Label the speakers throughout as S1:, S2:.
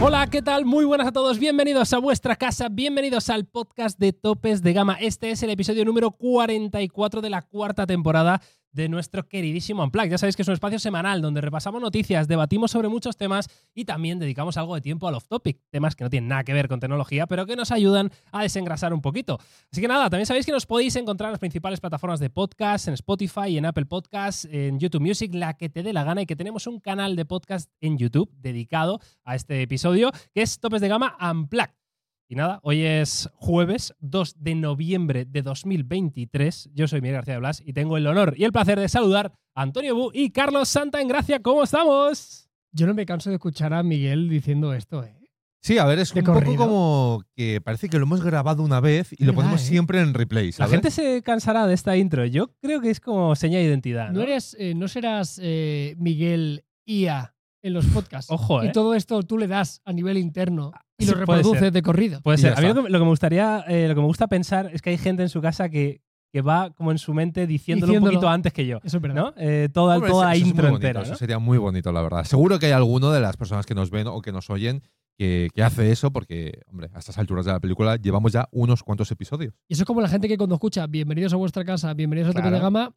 S1: Hola, ¿qué tal? Muy buenas a todos, bienvenidos a vuestra casa, bienvenidos al podcast de Topes de Gama. Este es el episodio número 44 de la cuarta temporada de nuestro queridísimo Unplugged. Ya sabéis que es un espacio semanal donde repasamos noticias, debatimos sobre muchos temas y también dedicamos algo de tiempo al off-topic, temas que no tienen nada que ver con tecnología, pero que nos ayudan a desengrasar un poquito. Así que nada, también sabéis que nos podéis encontrar en las principales plataformas de podcast, en Spotify, en Apple Podcasts, en YouTube Music, la que te dé la gana y que tenemos un canal de podcast en YouTube dedicado a este episodio, que es Topes de Gama Unplugged. Y nada, hoy es jueves 2 de noviembre de 2023. Yo soy Miguel García de Blas y tengo el honor y el placer de saludar a Antonio Bu y Carlos Santa en Gracia. ¿Cómo estamos?
S2: Yo no me canso de escuchar a Miguel diciendo esto, ¿eh?
S3: Sí, a ver, es
S2: De
S3: un poco
S2: corrido.
S3: como que parece que lo hemos grabado una vez y
S2: Es
S3: lo
S2: verdad,
S3: ponemos
S2: ¿eh?
S3: siempre en replay.
S1: La
S3: ¿sabes?
S1: gente se cansará de esta intro. Yo creo que es como señal de identidad. ¿no?
S2: No, eres, eh, no serás eh, Miguel IA en los podcasts.
S1: Ojo,
S2: Y
S1: ¿eh? Ah,
S2: todo esto tú le das a nivel interno y
S1: Sí,
S2: lo
S1: puede ser.
S2: reproduces de corrido.
S1: Puede
S3: Y
S1: ser.
S3: ya
S1: A mí lo
S3: está.
S1: que, lo que me gustaría, eh, lo que me gusta pensar es que hay gente en su casa que, que va como en su mente diciéndolo, un
S2: Diciéndolo.
S1: poquito antes que yo.
S2: Eso es verdad.
S1: ¿No? Eh, toda
S3: Hombre,
S1: toda la
S3: eso es muy
S1: intro ¿eh?
S3: bonito,
S1: entera.
S3: Eso
S1: ¿no?
S3: sería muy bonito, la verdad. Seguro que hay alguno de las personas que nos ven o que nos oyen que, que hace eso porque, hombre, a estas alturas de la película llevamos ya unos cuantos episodios.
S2: Y eso es como la gente que cuando escucha Bienvenidos a vuestra casa, Bienvenidos a Tope
S1: Claro.
S2: de Gama,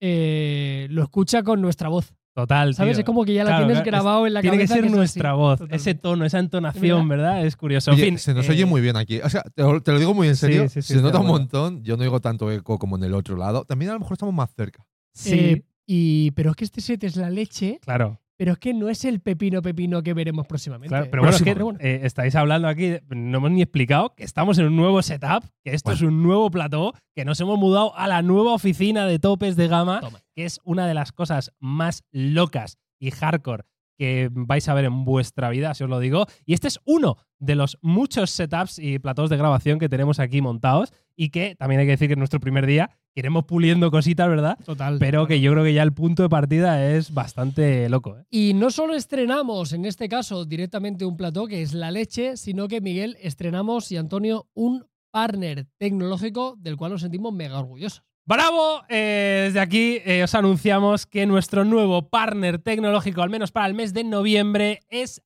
S2: eh, lo escucha con nuestra voz.
S1: Total.
S2: ¿Sabes?
S1: tío.
S2: Es como que ya la
S1: Claro,
S2: tienes
S1: claro, es-
S2: grabado en la
S1: Tiene que
S2: cabeza.
S1: ser
S2: es
S1: nuestra
S2: así.
S1: voz,
S2: Totalmente.
S1: ese tono, esa entonación, ¿verdad? Es curioso. En
S3: Oye,
S1: fin,
S3: se nos
S1: eh,
S3: oye muy bien aquí. O sea, te, lo- te lo digo muy en
S1: Sí,
S3: serio.
S1: sí, sí,
S3: se
S1: estoy
S3: nota
S1: de
S3: un
S1: acuerdo.
S3: montón. Yo no digo tanto eco como en el otro lado. También a lo mejor estamos más cerca.
S1: Sí,
S2: Eh, y, pero es que este set es la leche,
S1: claro,
S2: pero es que no es el pepino pepino que veremos próximamente.
S1: claro. Pero bueno, es que,
S2: Pero bueno,
S1: eh, estáis hablando aquí, de- no hemos ni explicado que estamos en un nuevo setup, que esto
S3: Bueno.
S1: es un nuevo plató, que nos hemos mudado a la nueva oficina de topes de gama,
S2: Toma.
S1: que es una de las cosas más locas y hardcore que vais a ver en vuestra vida, si os lo digo. Y este es uno de los muchos setups y platós de grabación que tenemos aquí montados y que también hay que decir que es nuestro primer día, que iremos puliendo cositas, ¿verdad?
S2: total.
S1: Pero que yo creo que ya el punto de partida es bastante loco. ¿eh?
S2: Y no solo estrenamos, en este caso, directamente un plató que es la leche, sino que Miguel estrenamos y Antonio un partner tecnológico del cual nos sentimos mega orgullosos.
S1: ¡Bravo! Eh, desde aquí eh, os anunciamos que nuestro nuevo partner tecnológico, al menos para el mes de noviembre, es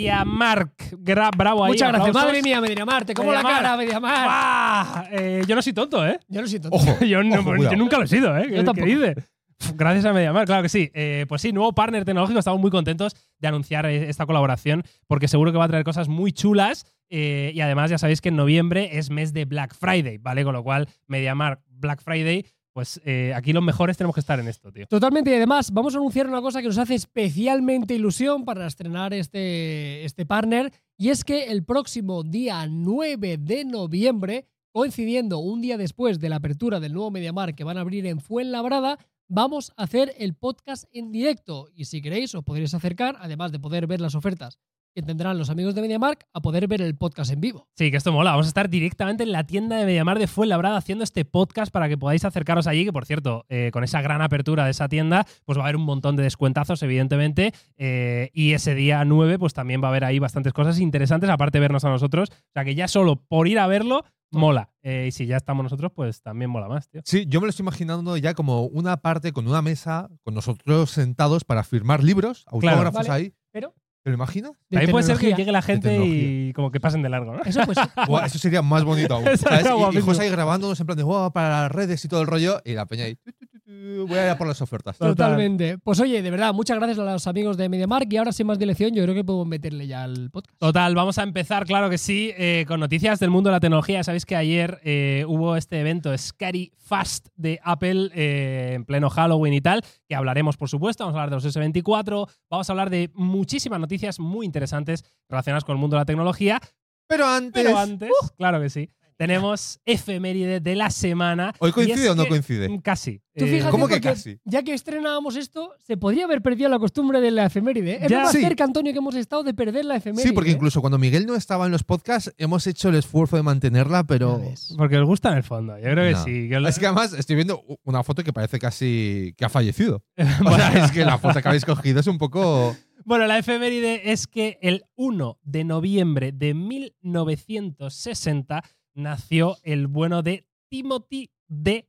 S1: MediaMark. Gra- ¡Bravo ahí!
S2: Muchas gracias.
S1: aplausos.
S2: Madre mía, Mediamar, te como la
S1: Mediamar.
S2: cara, Mediamar.
S1: ¡Buah! Eh, yo no soy tonto, ¿eh?
S2: Yo lo siento.
S3: Ojo.
S1: Yo, no-
S3: Ojo,
S1: yo
S3: cuidado.
S1: nunca lo he sido, ¿eh?
S2: Yo
S1: ¿Qué
S2: tampoco.
S1: dices? Pf, Gracias a MediaMark, claro que sí. Eh, pues sí, nuevo partner tecnológico. Estamos muy contentos de anunciar eh, esta colaboración porque seguro que va a traer cosas muy chulas. eh, y además ya sabéis que en noviembre es mes de Black Friday, ¿vale? Con lo cual, MediaMark, Black Friday, pues eh, aquí los mejores tenemos que estar en esto, tío.
S2: Totalmente, y además vamos a anunciar una cosa que nos hace especialmente ilusión para estrenar este, este partner, y es que el próximo día 9 de noviembre, coincidiendo un día después de la apertura del nuevo Mediamar que van a abrir en Fuenlabrada, vamos a hacer el podcast en directo. Y si queréis, os podréis acercar, además de poder ver las ofertas que tendrán los amigos de Mediamark, a poder ver el podcast en vivo.
S1: Sí, que esto mola. Vamos a estar directamente en la tienda de Mediamar de Fuenlabrada haciendo este podcast para que podáis acercaros allí. Que por cierto, eh, con esa gran apertura de esa tienda, pues va a haber un montón de descuentazos, evidentemente. Eh, y ese día 9, pues también va a haber ahí bastantes cosas interesantes, aparte de vernos a nosotros. O sea que ya solo por ir a verlo, mola. Eh, y si ya estamos nosotros, pues también mola más, tío.
S3: Sí, yo me lo estoy imaginando ya como una parte con una mesa, con nosotros sentados para firmar libros,
S1: Claro.
S3: autógrafos
S2: Vale,
S3: ahí.
S2: pero-
S3: ¿Te lo imaginas?
S2: De
S1: También puede ser que
S2: tecnología.
S1: llegue la gente y
S3: tecnología.
S1: como que pasen de largo, ¿no?
S2: Eso pues
S3: Buah, eso sería más bonito aún.
S1: Eso
S3: ¿sabes?
S1: era
S3: Y- Y,
S1: guapísimo.
S3: José ahí grabándonos en plan de "Buah, para las redes y todo el rollo. Y la peña ahí. "Tu, tu, tu, tu, voy a ir a por las ofertas.
S1: Total.
S2: Totalmente. Pues oye, de verdad, muchas gracias a los amigos de MediaMark y ahora sin más dilación yo creo que podemos meterle ya al podcast.
S1: Total, vamos a empezar, claro que sí, eh, con noticias del mundo de la tecnología. Ya Sabéis que ayer eh, hubo este evento Scary Fast de Apple eh, en pleno Halloween y tal, que hablaremos, por supuesto. Vamos a hablar de los S24, vamos a hablar de muchísimas noticias muy interesantes relacionadas con el mundo de la tecnología.
S3: Pero antes.
S1: Pero antes,
S3: Uh.
S1: claro que sí, tenemos efeméride de la semana.
S3: ¿Hoy
S1: Y
S3: coincide
S1: es
S3: o no
S1: que-
S3: coincide?
S1: Casi. eh,
S2: Tú fíjate
S3: Eh, ¿Cómo que
S2: porque
S3: casi?
S2: Ya que estrenábamos esto, se podría haber perdido la costumbre de la efeméride. ¿eh? Es
S1: Ya.
S2: lo más
S3: Sí.
S2: cerca, Antonio, que hemos estado de perder la efeméride.
S3: Sí, porque
S2: ¿eh?
S3: incluso cuando Miguel no estaba en los podcasts, hemos hecho el esfuerzo de mantenerla, pero.
S2: Ya ves.
S1: Porque os gusta en el fondo, yo creo que
S3: No.
S1: sí. que lo-
S3: Es que además estoy viendo u- una foto que parece casi que ha fallecido. O sea, es que la foto que habéis cogido es un poco.
S1: Bueno, la efeméride es que el 1 de noviembre de 1960 nació el bueno de Timothy D.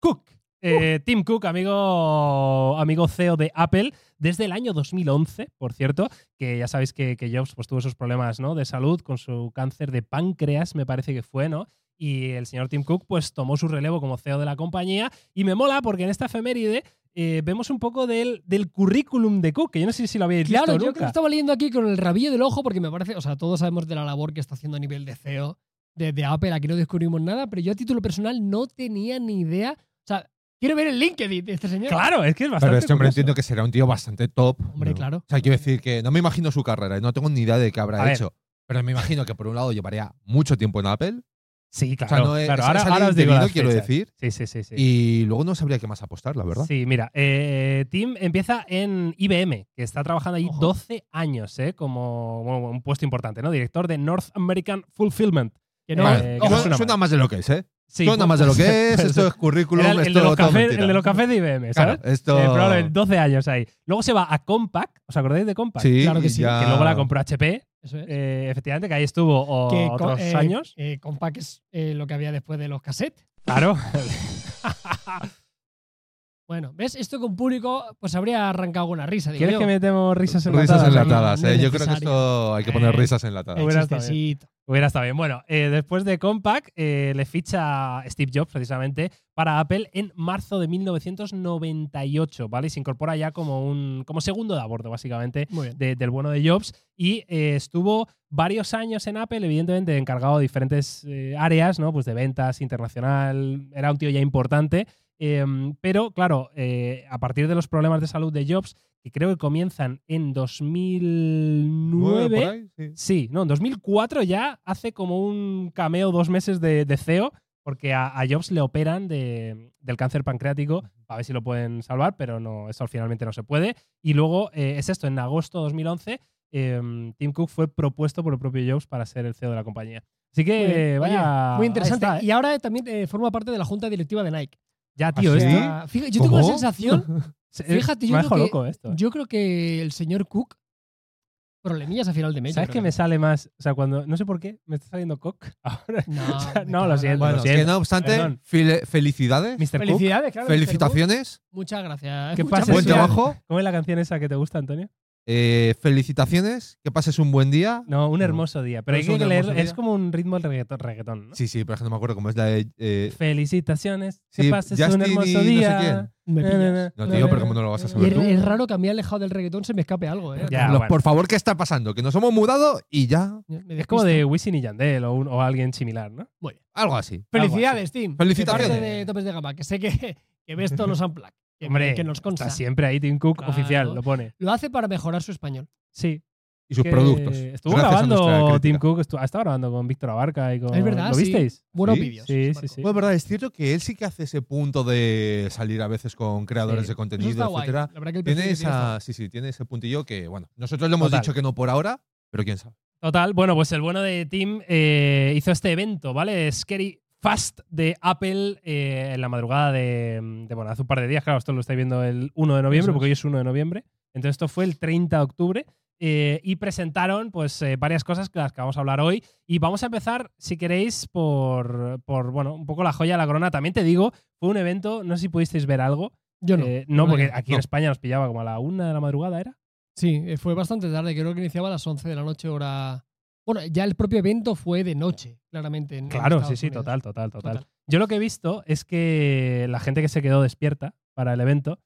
S1: Cook. Eh, Tim Cook, amigo, amigo CEO de Apple, desde el año 2011, por cierto, que ya sabéis que, que Jobs pues, tuvo esos problemas ¿no? de salud con su cáncer de páncreas, me parece que fue, ¿no? Y el señor Tim Cook pues tomó su relevo como CEO de la compañía y me mola porque en esta efeméride eh, vemos un poco del, del currículum de Cook, que yo no sé si lo habéis
S2: Claro, yo
S1: visto
S2: creo que
S1: nunca.
S2: estaba leyendo aquí con el rabillo del ojo porque me parece, o sea, todos sabemos de la labor que está haciendo a nivel de CEO de, de Apple, aquí no descubrimos nada, pero yo a título personal no tenía ni idea. O sea, quiero ver el LinkedIn de este señor.
S1: Claro, es que es bastante
S3: Pero este hombre
S1: curioso.
S3: entiendo que será un tío bastante top.
S2: Hombre,
S3: ¿no?
S2: claro.
S3: O sea, quiero decir que no me imagino su carrera, y no tengo ni idea de qué habrá
S1: A ver.
S3: hecho. Pero me imagino que por un lado llevaría mucho tiempo en Apple.
S1: Sí,
S3: O
S1: claro,
S3: sea, no es,
S1: claro.
S3: es-
S1: Ahora,
S3: es alguien
S1: ahora os digo
S3: indebido,
S1: las
S3: quiero
S1: fechas.
S3: decir.
S1: Sí, sí, sí. sí.
S3: Y luego no sabría qué más apostar, la verdad.
S1: Sí, mira, eh, Tim empieza en IBM, que está trabajando allí
S2: Ojo.
S1: 12 años, ¿eh? como bueno, un puesto importante, ¿no? Director de North American Fulfillment.
S2: Que no,
S3: Vale.
S1: Eh, que
S2: ojo,
S3: Suena-
S1: suena
S3: suena
S1: mal.
S3: más de lo que es, ¿eh?
S1: Sí,
S3: suena
S1: pues-
S3: más de lo que es. Esto es currículum,
S1: Era el, el de
S3: esto
S1: los
S3: todo
S1: cafés,
S3: mentira.
S1: el de los cafés de IBM, ¿sabes?
S3: Claro, esto...
S1: Eh, probablemente 12 años ahí. Luego se va a Compaq, ¿os acordáis de Compaq?
S3: Sí,
S2: Claro que sí,
S3: ya-
S1: Que luego la compró HP,
S2: eso es.
S1: eh, efectivamente, que ahí estuvo o-
S2: que co-
S1: otros
S2: eh,
S1: años.
S2: eh, compact es eh, lo que había después de los cassettes.
S1: Claro.
S2: Bueno, ¿ves? Esto con público, pues habría arrancado con una risa. digo
S1: ¿Quieres
S2: yo.
S1: que metemos risas en
S3: Risas
S2: enlatadas,
S3: enlatadas,
S2: no, no
S3: ¿eh? Yo creo que
S2: necesario.
S3: esto hay que poner
S1: Eh,
S3: risas enlatadas.
S1: eh, Hubiera estado
S2: Chistecito.
S1: Hubiera estado bien. Bueno, eh, después de Compaq, eh, le ficha Steve Jobs precisamente para Apple en marzo de 1998, ¿vale? Y se incorpora ya como un como segundo de a bordo, básicamente,
S2: Muy bien.
S1: de- del bueno de Jobs. Y eh, estuvo varios años en Apple, evidentemente encargado de diferentes eh, áreas, ¿no? Pues de ventas, internacional, era un tío ya importante. Eh, pero, claro, eh, a partir de los problemas de salud de Jobs, que creo que comienzan en 2009.
S3: por ahí? Sí.
S1: Sí, no, en 2004 ya hace como un cameo dos meses de, de CEO, porque a, a Jobs le operan de- del cáncer pancreático, a ver si lo pueden salvar, pero no, eso finalmente no se puede. Y luego eh, es esto, en agosto de 2011, eh, Tim Cook fue propuesto por el propio Jobs para ser el CEO de la compañía. Así
S2: Muy bien.
S1: que,
S2: Oye,
S1: Eh, vaya.
S2: Muy
S1: ahí
S2: interesante.
S1: está, ¿eh?
S2: Y ahora también eh, forma parte de la junta directiva de Nike.
S1: Ya, tío,
S3: ¿Ah, sí?
S1: esto.
S2: Ah, fija- yo tengo la
S3: ¿Cómo?
S2: sensación,
S1: se-
S2: Fíjate, yo
S1: me ha
S2: creo
S1: dejado
S2: que-
S1: loco esto. ¿eh?
S2: yo creo que el señor Cook, problemillas a final de mes. yo
S1: ¿Sabes
S2: creo
S1: qué me sale más? O sea, cuando. No sé por qué, me está saliendo Cock ahora.
S2: No,
S1: O sea,
S2: me
S1: no, lo
S2: cago en
S1: siento,
S2: la-
S3: Bueno,
S1: lo
S3: que
S1: siento.
S3: no obstante,
S1: Perdón.
S3: file- felicidades.
S1: Mr. Cook,
S2: Felicidades, claro.
S3: Felicitaciones.
S2: Mr. Cook. Muchas gracias.
S1: Que
S2: Muchas
S1: pases Felicidades.
S3: Buen
S2: felicidades.
S3: trabajo.
S1: ¿cómo es la canción esa que te gusta, Antonio?
S3: Eh, felicitaciones. Que pases un buen día.
S1: No, un
S3: No.
S1: hermoso día. Pero
S3: No
S1: hay
S3: es
S1: que
S3: un
S1: leer,
S3: hermoso
S1: es
S3: día.
S1: como un ritmo del reggaetón, reggaetón ¿no?
S3: Sí, sí, pero es que no me acuerdo cómo es la de. eh,
S1: Felicitaciones, que
S3: sí,
S1: pases
S3: Justin
S1: un
S3: y
S1: hermoso
S3: no sé
S1: día.
S3: quién.
S2: Me
S1: Na, na,
S2: pillas.
S1: na,
S3: No,
S1: na,
S3: tío,
S1: na,
S3: pero
S1: na.
S3: ¿cómo no lo vas a
S2: Y
S3: saber
S2: es,
S3: tú?
S2: es raro que a mí alejado del reggaetón se me escape algo, ¿eh?
S1: Ya,
S3: Carlos,
S1: bueno.
S3: por favor, ¿qué está pasando? Que nos hemos mudado y ya.
S2: Me
S1: Es como
S2: despisto.
S1: de Wisin y Yandel o, un- o alguien similar, ¿no?
S3: Algo así.
S2: Felicidades, Tim.
S3: Felicidades.
S2: De parte de Topes de Gama, que sé que, que ves todos los Unplugged. Que,
S1: Hombre,
S2: que nos consta.
S1: Está siempre ahí Tim Cook
S2: Claro.
S1: oficial, lo pone.
S2: Lo hace para mejorar su español.
S1: Sí.
S3: Y sus
S1: que
S3: productos.
S1: Estuvo
S3: Gracias a nuestra
S1: grabando
S3: crítica.
S1: Tim Cook, estu- ha estado grabando con Víctor Abarca y con.
S2: Es verdad,
S1: ¿Lo
S2: sí.
S1: visteis?
S2: Buenos
S3: Sí,
S2: vídeos.
S1: sí,
S2: se
S1: sí,
S2: marcó.
S1: sí.
S3: Bueno, verdad, es cierto que él sí que hace ese punto de salir a veces con
S2: Sí.
S3: creadores de
S2: Eso está
S3: contenido,
S2: guay.
S3: etcétera.
S2: La verdad que el perfil
S3: Tiene
S2: que tiene está-
S3: esa, sí, sí, tiene ese puntillo que, bueno, nosotros le hemos
S1: Total.
S3: dicho que no por ahora, pero quién sabe.
S1: Total, bueno, pues el bueno de Tim eh, hizo este evento, ¿vale? Scary Fast de Apple eh, en la madrugada de, de, bueno, hace un par de días, claro, esto lo estáis viendo el 1 de
S2: Eso
S1: noviembre,
S2: es.
S1: porque hoy es 1 de noviembre. Entonces esto fue el 30 de octubre eh, y presentaron pues eh, varias cosas que las que vamos a hablar hoy. Y vamos a empezar, si queréis, por, por, bueno, un poco la joya de la corona. También te digo, fue un evento, no sé si pudisteis ver algo.
S2: Yo no.
S1: Eh, no, porque
S2: llegué.
S1: aquí en
S3: No.
S1: España nos pillaba como a la 1 de la madrugada, ¿era?
S2: Sí, eh, fue bastante tarde. Creo que iniciaba a las 11 de la noche, hora. Bueno, ya el propio evento fue de noche, claramente. en- en
S1: Claro, sí,
S2: Estados
S1: sí,
S2: Unidos.
S1: total, total, total.
S2: Total.
S1: Yo lo que he visto es que la gente que se quedó despierta para el evento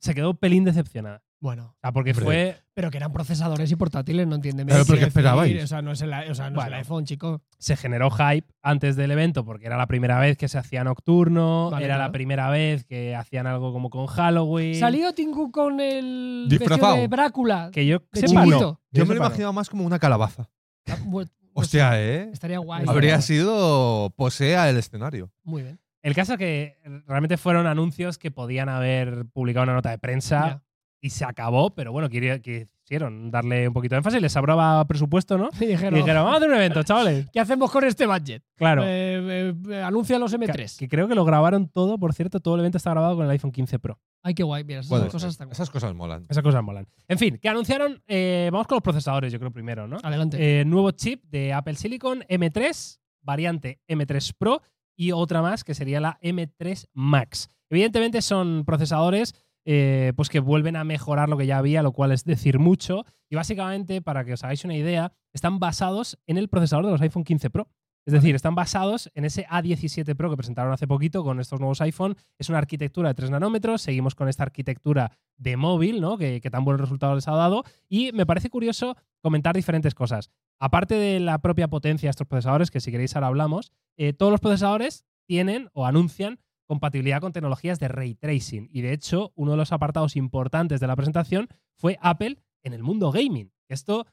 S1: se quedó un pelín decepcionada.
S2: Bueno,
S1: O sea, porque
S3: Hombre.
S1: fue.
S2: pero que eran procesadores y portátiles, no entiéndeme.
S3: Pero,
S2: Quiero
S3: ¿pero qué
S2: decir,
S3: esperabais?
S2: O sea, no es el, o sea, no es el
S1: Bueno.
S2: iPhone, chico.
S1: Se generó hype antes del evento porque era la primera vez que se hacía nocturno,
S2: Vale,
S1: era
S2: claro.
S1: la primera vez que hacían algo como con Halloween.
S2: Salió Tingu con el
S3: Disfrazado.
S2: vestido de Brácula.
S1: Que yo
S2: de
S1: sepa,
S2: chiquito.
S1: no.
S3: Yo
S1: sepa,
S3: me lo
S1: no.
S3: imaginaba más como una calabaza.
S2: Ah, bueno,
S3: Hostia, ¿eh?
S2: Estaría guay.
S1: Eso
S3: Habría
S1: era.
S3: sido posea el escenario.
S2: Muy bien.
S1: El caso es que realmente fueron anuncios que podían haber publicado una nota de prensa
S2: Ya.
S1: y se acabó, pero bueno, quería- quisieron darle un poquito de énfasis, les sobraba presupuesto, ¿no?
S2: Y
S1: Y
S2: dijeron,
S1: dijeron, vamos a hacer un evento, chavales.
S2: ¿qué hacemos con este budget?
S1: Claro.
S2: Eh, eh, eh, anuncia los
S1: Ca-
S2: M3.
S1: Que creo que lo grabaron todo, por cierto, todo el evento está grabado con el iPhone 15 Pro.
S2: Ay, qué guay. Mira, esas
S3: Bueno,
S2: cosas están guay.
S3: esas cosas molan.
S1: Esas cosas molan. En fin, que anunciaron, eh, vamos con los procesadores, yo creo primero, ¿no?
S2: Adelante.
S1: Eh, nuevo chip de Apple Silicon M3, variante M3 Pro y otra más que sería la M3 Max. Evidentemente son procesadores eh, pues que vuelven a mejorar lo que ya había, lo cual es decir mucho. Y básicamente, para que os hagáis una idea, están basados en el procesador de los iPhone 15 Pro. Es decir, están basados en ese A17 Pro que presentaron hace poquito con estos nuevos iPhone. Es una arquitectura de 3 nanómetros. Seguimos con esta arquitectura de móvil, ¿no? Que, que tan buenos resultados les ha dado. Y me parece curioso comentar diferentes cosas. Aparte de la propia potencia de estos procesadores, que si queréis ahora hablamos, eh, todos los procesadores tienen o anuncian compatibilidad con tecnologías de ray tracing. Y de hecho, uno de los apartados importantes de la presentación fue Apple en el mundo gaming. Esto,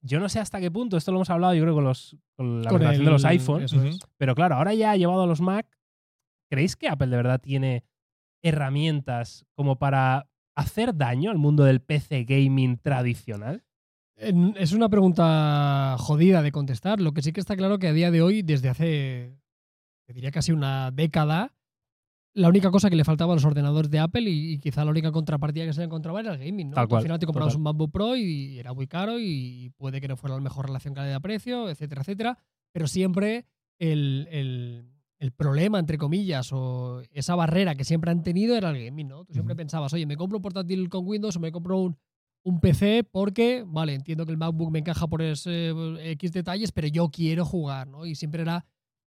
S1: yo no sé hasta qué punto, esto lo hemos hablado yo creo con, los, con la
S2: Con
S1: presentación de los
S2: el-
S1: iPhone,
S2: eso es.
S1: pero claro, ahora ya ha llevado a los Mac. ¿Creéis que Apple de verdad tiene herramientas como para hacer daño al mundo del PC gaming tradicional?
S2: En- Es una pregunta jodida de contestar. Lo que sí que está claro que a día de hoy, desde hace, te diría casi una década, la única cosa que le faltaba a los ordenadores de Apple y, y quizá la única contrapartida que se le encontraba era el gaming. ¿no?
S1: Tal
S2: Tú
S1: cual,
S2: Al final te comprabas
S1: total.
S2: un MacBook Pro y era muy caro y puede que no fuera la mejor relación calidad-precio, etcétera, etcétera. Pero siempre el, el- el problema, entre comillas, o esa barrera que siempre han tenido era el gaming. ¿no? Tú siempre
S3: Ujú.
S2: pensabas, oye, me compro un portátil con Windows o me compro un un PC porque, vale, entiendo que el MacBook me encaja por ese eh, X detalles, pero yo quiero jugar, ¿no? Y siempre era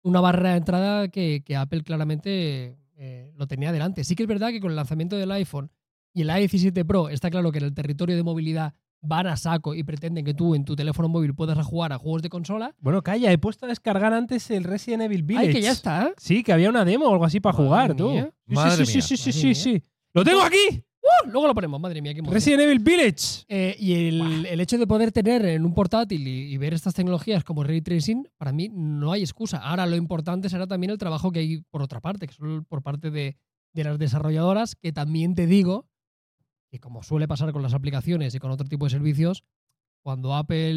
S2: una barra de entrada que, que Apple claramente eh, lo tenía delante. Sí que es verdad que con el lanzamiento del iPhone y el A17 Pro está claro que en el territorio de movilidad van a saco y pretenden que tú en tu teléfono móvil puedas jugar a juegos de consola.
S1: Bueno, calla, he puesto a descargar antes el Resident Evil Village.
S2: ay que ya está! ¿eh?
S1: Sí, que había una demo o algo así para
S2: Madre
S1: jugar, tú.
S2: mía.
S1: Sí,
S3: Madre
S1: sí, sí,
S3: mía.
S1: sí, sí, sí,
S2: Madre
S1: sí. ¡Lo tengo aquí!
S2: ¡Uh! Luego lo ponemos, madre mía, qué emoción.
S1: Resident Evil Village.
S2: Eh, y el, el hecho de poder tener en un portátil y, y ver estas tecnologías como ray tracing, para mí no hay excusa. Ahora lo importante será también el trabajo que hay por otra parte, que son por parte de, de las desarrolladoras, que también te digo que como suele pasar con las aplicaciones y con otro tipo de servicios, cuando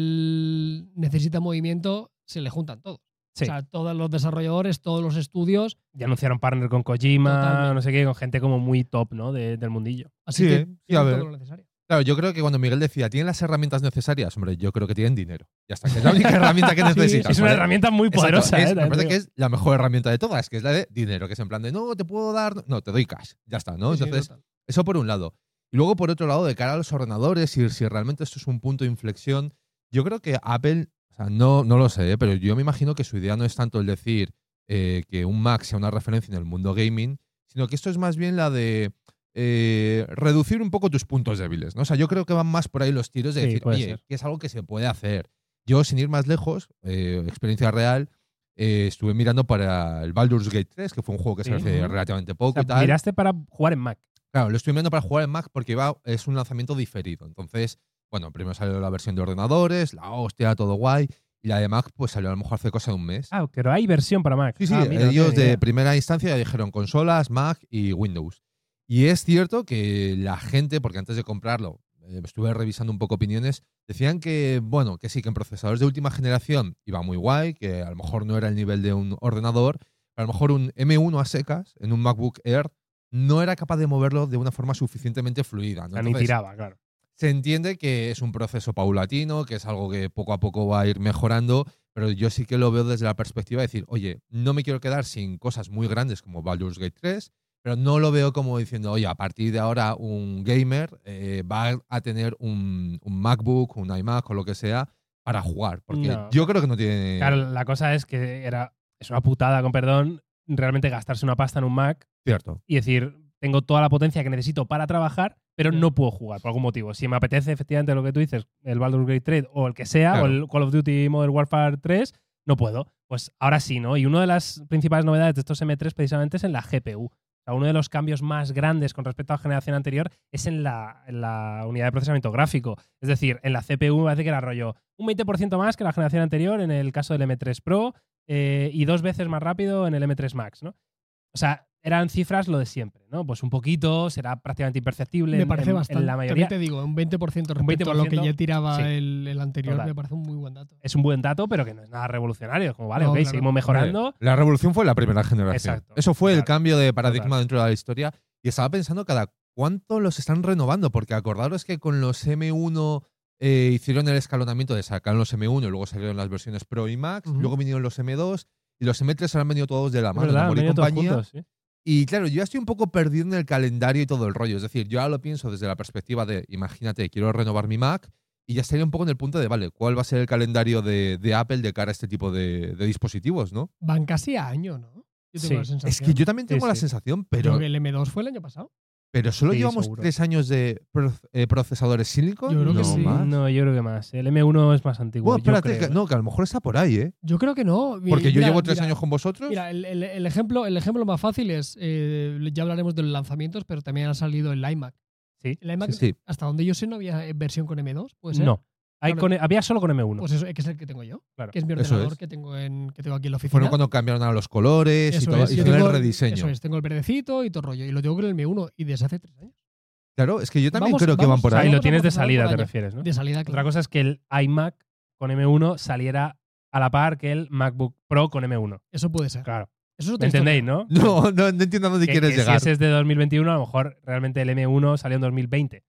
S2: Apple necesita movimiento, se le juntan todos.
S1: Sí.
S2: O sea, todos los desarrolladores, todos los estudios.
S1: Ya anunciaron partner con Kojima,
S2: Totalmente.
S1: no sé qué, con gente como muy top, ¿no? De- del mundillo.
S2: Así
S3: Sí,
S2: que
S3: eh.
S2: tienen
S3: Sí, a
S2: todo
S3: ver.
S2: lo necesario.
S3: Claro, yo creo que cuando Miguel decía, ¿tienen las herramientas necesarias? Hombre, yo creo que tienen dinero. Ya está, que es la única herramienta que necesitas.
S1: es una
S3: ¿vale?
S1: herramienta muy
S3: Exacto,
S1: poderosa,
S3: es-
S1: ¿eh?
S3: me
S1: También te
S3: parece que
S1: digo.
S3: es la mejor herramienta de todas, que es la de dinero, que es en plan de no, te puedo dar, no, te doy cash, ya está, ¿no?
S2: Sí, sí,
S3: Entonces,
S2: total.
S3: eso por un lado. Y luego, por otro lado, de cara a los ordenadores, si, si realmente esto es un punto de inflexión, yo creo que Apple, o sea, no, no lo sé, ¿eh? pero yo me imagino que su idea no es tanto el decir eh, que un Mac sea una referencia en el mundo gaming, sino que esto es más bien la de eh, reducir un poco tus puntos débiles. ¿no? O sea, yo creo que van más por ahí los tiros de
S1: Sí,
S3: decir,
S1: puede
S3: oye,
S1: ser.
S3: que es algo que se puede hacer. Yo, sin ir más lejos, eh, experiencia real, eh, estuve mirando para el Baldur's Gate 3, que fue un juego que
S1: Sí.
S3: se hace
S1: Ujú.
S3: relativamente
S1: O
S3: poco
S1: sea,
S3: y tal.
S1: miraste para jugar en Mac.
S3: Claro, lo estoy mirando para jugar en Mac porque va, es un lanzamiento diferido. Entonces, bueno, primero salió la versión de ordenadores, la hostia, todo guay. Y la de Mac, pues salió a lo mejor hace cosa de un mes.
S1: Ah, pero hay versión para Mac.
S3: sí, sí,
S1: Ah, mira, no
S3: ellos
S1: tenía
S3: de
S1: idea.
S3: primera instancia ya dijeron consolas, Mac y Windows. Y es cierto que la gente, porque antes de comprarlo eh, estuve revisando un poco opiniones, decían que, bueno, que sí, que en procesadores de última generación iba muy guay, que a lo mejor no era el nivel de un ordenador, a lo mejor un M1 a secas en un MacBook Air no era capaz de moverlo de una forma suficientemente fluida.
S1: O
S3: ¿no?
S1: sea, ni
S3: Entonces,
S1: tiraba, claro.
S3: se entiende que es un proceso paulatino, que es algo que poco a poco va a ir mejorando, pero yo sí que lo veo desde la perspectiva de decir, oye, no me quiero quedar sin cosas muy grandes como Baldur's Gate 3, pero no lo veo como diciendo, oye, a partir de ahora un gamer eh, va a tener un, un MacBook, un iMac o lo que sea para jugar, porque
S1: No.
S3: yo creo que no tiene...
S1: Claro, la cosa es que era, es una putada, con perdón, realmente gastarse una pasta en un Mac
S3: Cierto.
S1: y decir, tengo toda la potencia que necesito para trabajar, pero no puedo jugar por algún motivo. Si me apetece efectivamente lo que tú dices, el Baldur's Gate 3 o el que sea,
S3: Claro.
S1: o el Call of Duty Modern Warfare 3, no puedo. Pues ahora sí, ¿no? Y una de las principales novedades de estos M3 precisamente es en la GPU. O sea, uno de los cambios más grandes con respecto a la generación anterior es en la, en la unidad de procesamiento gráfico. Es decir, en la CPU me parece que era rollo un 20% más que la generación anterior en el caso del M3 Pro eh, y dos veces más rápido en el M3 Max, ¿no? O sea, eran cifras lo de siempre, ¿no? Pues un poquito, será prácticamente imperceptible
S2: Me
S1: en-
S2: parece
S1: en-
S2: bastante.
S1: en la
S2: También
S1: mayoría.
S2: te digo, un 20% respecto a lo
S1: 20%,
S2: que ya tiraba
S1: sí.
S2: el, el anterior,
S1: Total.
S2: me parece un muy buen dato.
S1: Es un buen dato, pero que no es nada revolucionario. Es Como, vale,
S2: No,
S1: ok,
S2: claro.
S1: seguimos mejorando.
S3: La revolución fue la primera generación.
S1: Exacto.
S3: Eso fue el
S1: Claro.
S3: cambio de paradigma
S1: Total.
S3: dentro de la historia. Y estaba pensando cada cuánto los están renovando, porque acordaros que con los M1 eh, hicieron el escalonamiento de sacaron los M1 y luego salieron las versiones Pro y Max,
S2: Ujú.
S3: luego vinieron los M2 y los M3 ahora han venido todos de la
S1: Es
S3: mano. de
S1: verdad,
S3: amor y
S1: han venido todos
S3: compañía.
S1: juntos, ¿eh? sí.
S3: Y claro, yo ya estoy un poco perdido en el calendario y todo el rollo. Es decir, yo ahora lo pienso desde la perspectiva de, imagínate, quiero renovar mi Mac y ya estaría un poco en el punto de, vale, ¿cuál va a ser el calendario de, de Apple de cara a este tipo de, de dispositivos, no?
S2: Van casi a año, ¿no? Yo tengo
S1: Sí.
S2: la
S1: Es
S2: sensación.
S3: Es que yo también
S1: Sí,
S3: tengo la
S1: sí.
S3: sensación,
S2: Creo
S3: pero,
S2: que el M2 fue el año pasado.
S3: pero solo
S1: Sí,
S3: llevamos
S1: seguro.
S3: tres años de pro- eh, procesadores silicon.
S2: Yo creo que
S3: no
S2: sí.
S3: más.
S1: No, yo creo que más. El M1 es más antiguo.
S3: Bueno,
S1: yo
S3: espérate,
S1: creo.
S3: que- no, que a lo mejor está por ahí, ¿eh?
S2: Yo creo que no. Mi-
S3: Porque yo
S2: ¿eh? mira,
S3: llevo tres
S2: mira,
S3: años con vosotros.
S2: Mira, el, el- el ejemplo, el ejemplo más fácil es, eh, ya hablaremos de los lanzamientos, pero también ha salido el iMac.
S1: Sí.
S2: El iMac,
S3: Sí, sí.
S2: hasta donde yo sé, no había eh, versión con M2, ¿puede ser?
S1: No. Hay
S2: Claro.
S1: con- había solo con M1.
S2: Pues eso, que es el que tengo yo,
S1: Claro.
S2: que es mi
S3: Eso
S2: ordenador
S3: es.
S2: que, tengo en, que tengo aquí en la oficina.
S3: Fueron cuando cambiaron a los colores y
S2: Eso
S3: todo.
S2: es,
S3: y
S2: yo
S3: hicieron el
S2: tengo-
S3: rediseño.
S2: Eso es, tengo el verdecito y todo rollo. Y lo tengo con el M1 y desde hace tres años.
S3: Claro, es que yo también
S2: Vamos-
S3: creo que
S2: vamos
S3: van por
S1: O sea,
S3: ahí.
S1: y
S2: Vamos
S1: lo
S2: a
S1: tienes de
S2: proporcionar por
S1: salida, te
S2: año.
S1: refieres, ¿no?
S2: De salida,
S1: Otra
S2: claro.
S1: cosa es que el iMac con M1 saliera a la par que el MacBook Pro con M1.
S2: Eso puede ser.
S1: Claro.
S2: Eso es
S1: ¿Me
S2: otra historia.
S1: entendéis, no?
S3: No, no, no entiendo a dónde
S1: Que-
S3: quieres
S1: que
S3: llegar.
S1: Si ese es de 2021, a lo mejor realmente el M1 salió en 2020.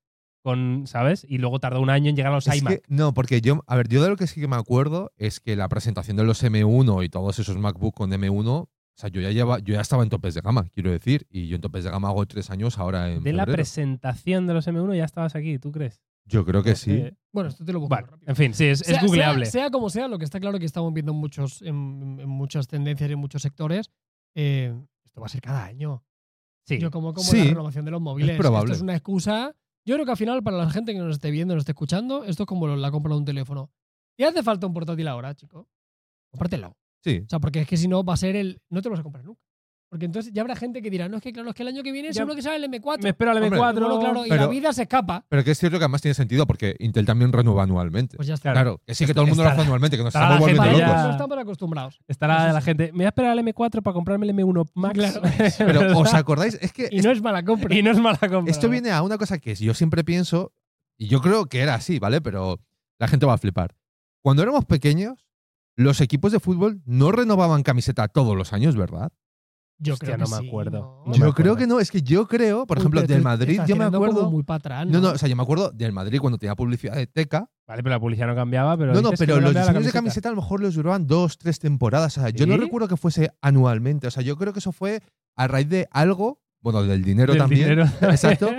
S1: Con, ¿Sabes? Y luego tardó un año en llegar a los
S3: Es
S1: iMac.
S3: que- no, porque yo, a ver, yo de lo que sí que me acuerdo es que la presentación de los M1 y todos esos MacBook con M1, o sea, yo ya, lleva, yo ya estaba en topes de gama, quiero decir, y yo en topes de gama hago tres años ahora en
S1: de la
S3: febrero.
S1: presentación de los M1 ya estabas aquí, ¿tú crees?
S3: Yo creo que sí.
S1: Eh,
S2: Bueno, esto te lo busco
S1: vale,
S2: rápido.
S1: en fin, sí, es, es
S2: Sea-
S1: googleable.
S2: Sea, sea como sea, lo que está claro que estamos viendo en, muchos, en, en muchas tendencias y en muchos sectores, eh, esto va a ser cada año.
S1: sí.
S2: Yo como, como
S3: Sí.
S2: la renovación de los móviles.
S3: probable.
S2: Esto es una excusa. Yo creo que al final, para la gente que nos esté viendo, nos esté escuchando, esto es como lo- la compra de un teléfono. Y hace falta un portátil ahora, chico. Compártelo.
S3: Sí.
S2: O sea, porque es que si no va a ser el... No te lo vas a comprar nunca. Porque entonces ya habrá gente que dirá, no, es que claro, es que el año que viene
S1: Ya-
S2: seguro que sale el M4.
S1: Me espero al
S3: Hombre,
S1: M4.
S2: Bueno, claro, y la
S3: Pero-
S2: vida se escapa.
S3: Pero que es cierto que además tiene sentido porque Intel también renueva anualmente.
S2: Pues ya está.
S1: Claro.
S3: claro, que sí que todo el mundo lo
S1: Está-
S3: hace anualmente, que nos
S1: está la
S3: estamos volviendo
S1: gente
S3: locos.
S1: ya-
S2: No estamos acostumbrados.
S1: Estará
S2: Eso
S1: la
S2: sí.
S1: gente. Me voy a esperar al M4 para comprarme el M1 Max.
S2: Claro.
S3: Pero ¿os acordáis? Es que
S2: Y no es mala compra.
S1: y no es mala compra.
S3: Esto viene a una cosa que yo siempre pienso, y yo creo que era así, ¿vale? Pero la gente va a flipar. Cuando éramos pequeños, los equipos de fútbol no renovaban camiseta todos los años, ¿verdad?
S2: Yo
S1: Hostia,
S2: creo que
S1: no me
S2: sí,
S1: acuerdo.
S2: ¿no?
S1: me
S3: yo
S1: acuerdo.
S3: creo que no, es que yo creo, por
S2: Uy,
S3: ejemplo,
S2: pero tú
S3: del Madrid,
S2: estás
S3: yo me
S2: tirando como
S3: acuerdo.
S2: muy para atrás,
S3: No, no, o sea, yo me acuerdo del Madrid cuando tenía publicidad de Teca.
S1: Vale, pero la publicidad no cambiaba. Pero
S3: no, no,
S1: dices que
S3: pero los
S1: cambiaba la
S3: diseños de camiseta a lo mejor los duraban dos, tres temporadas. O sea, yo no
S1: ¿Sí?
S3: recuerdo que fuese anualmente. O sea, yo creo que eso fue a raíz de algo, bueno, del dinero
S1: Del
S3: también.
S1: dinero.
S3: Exacto.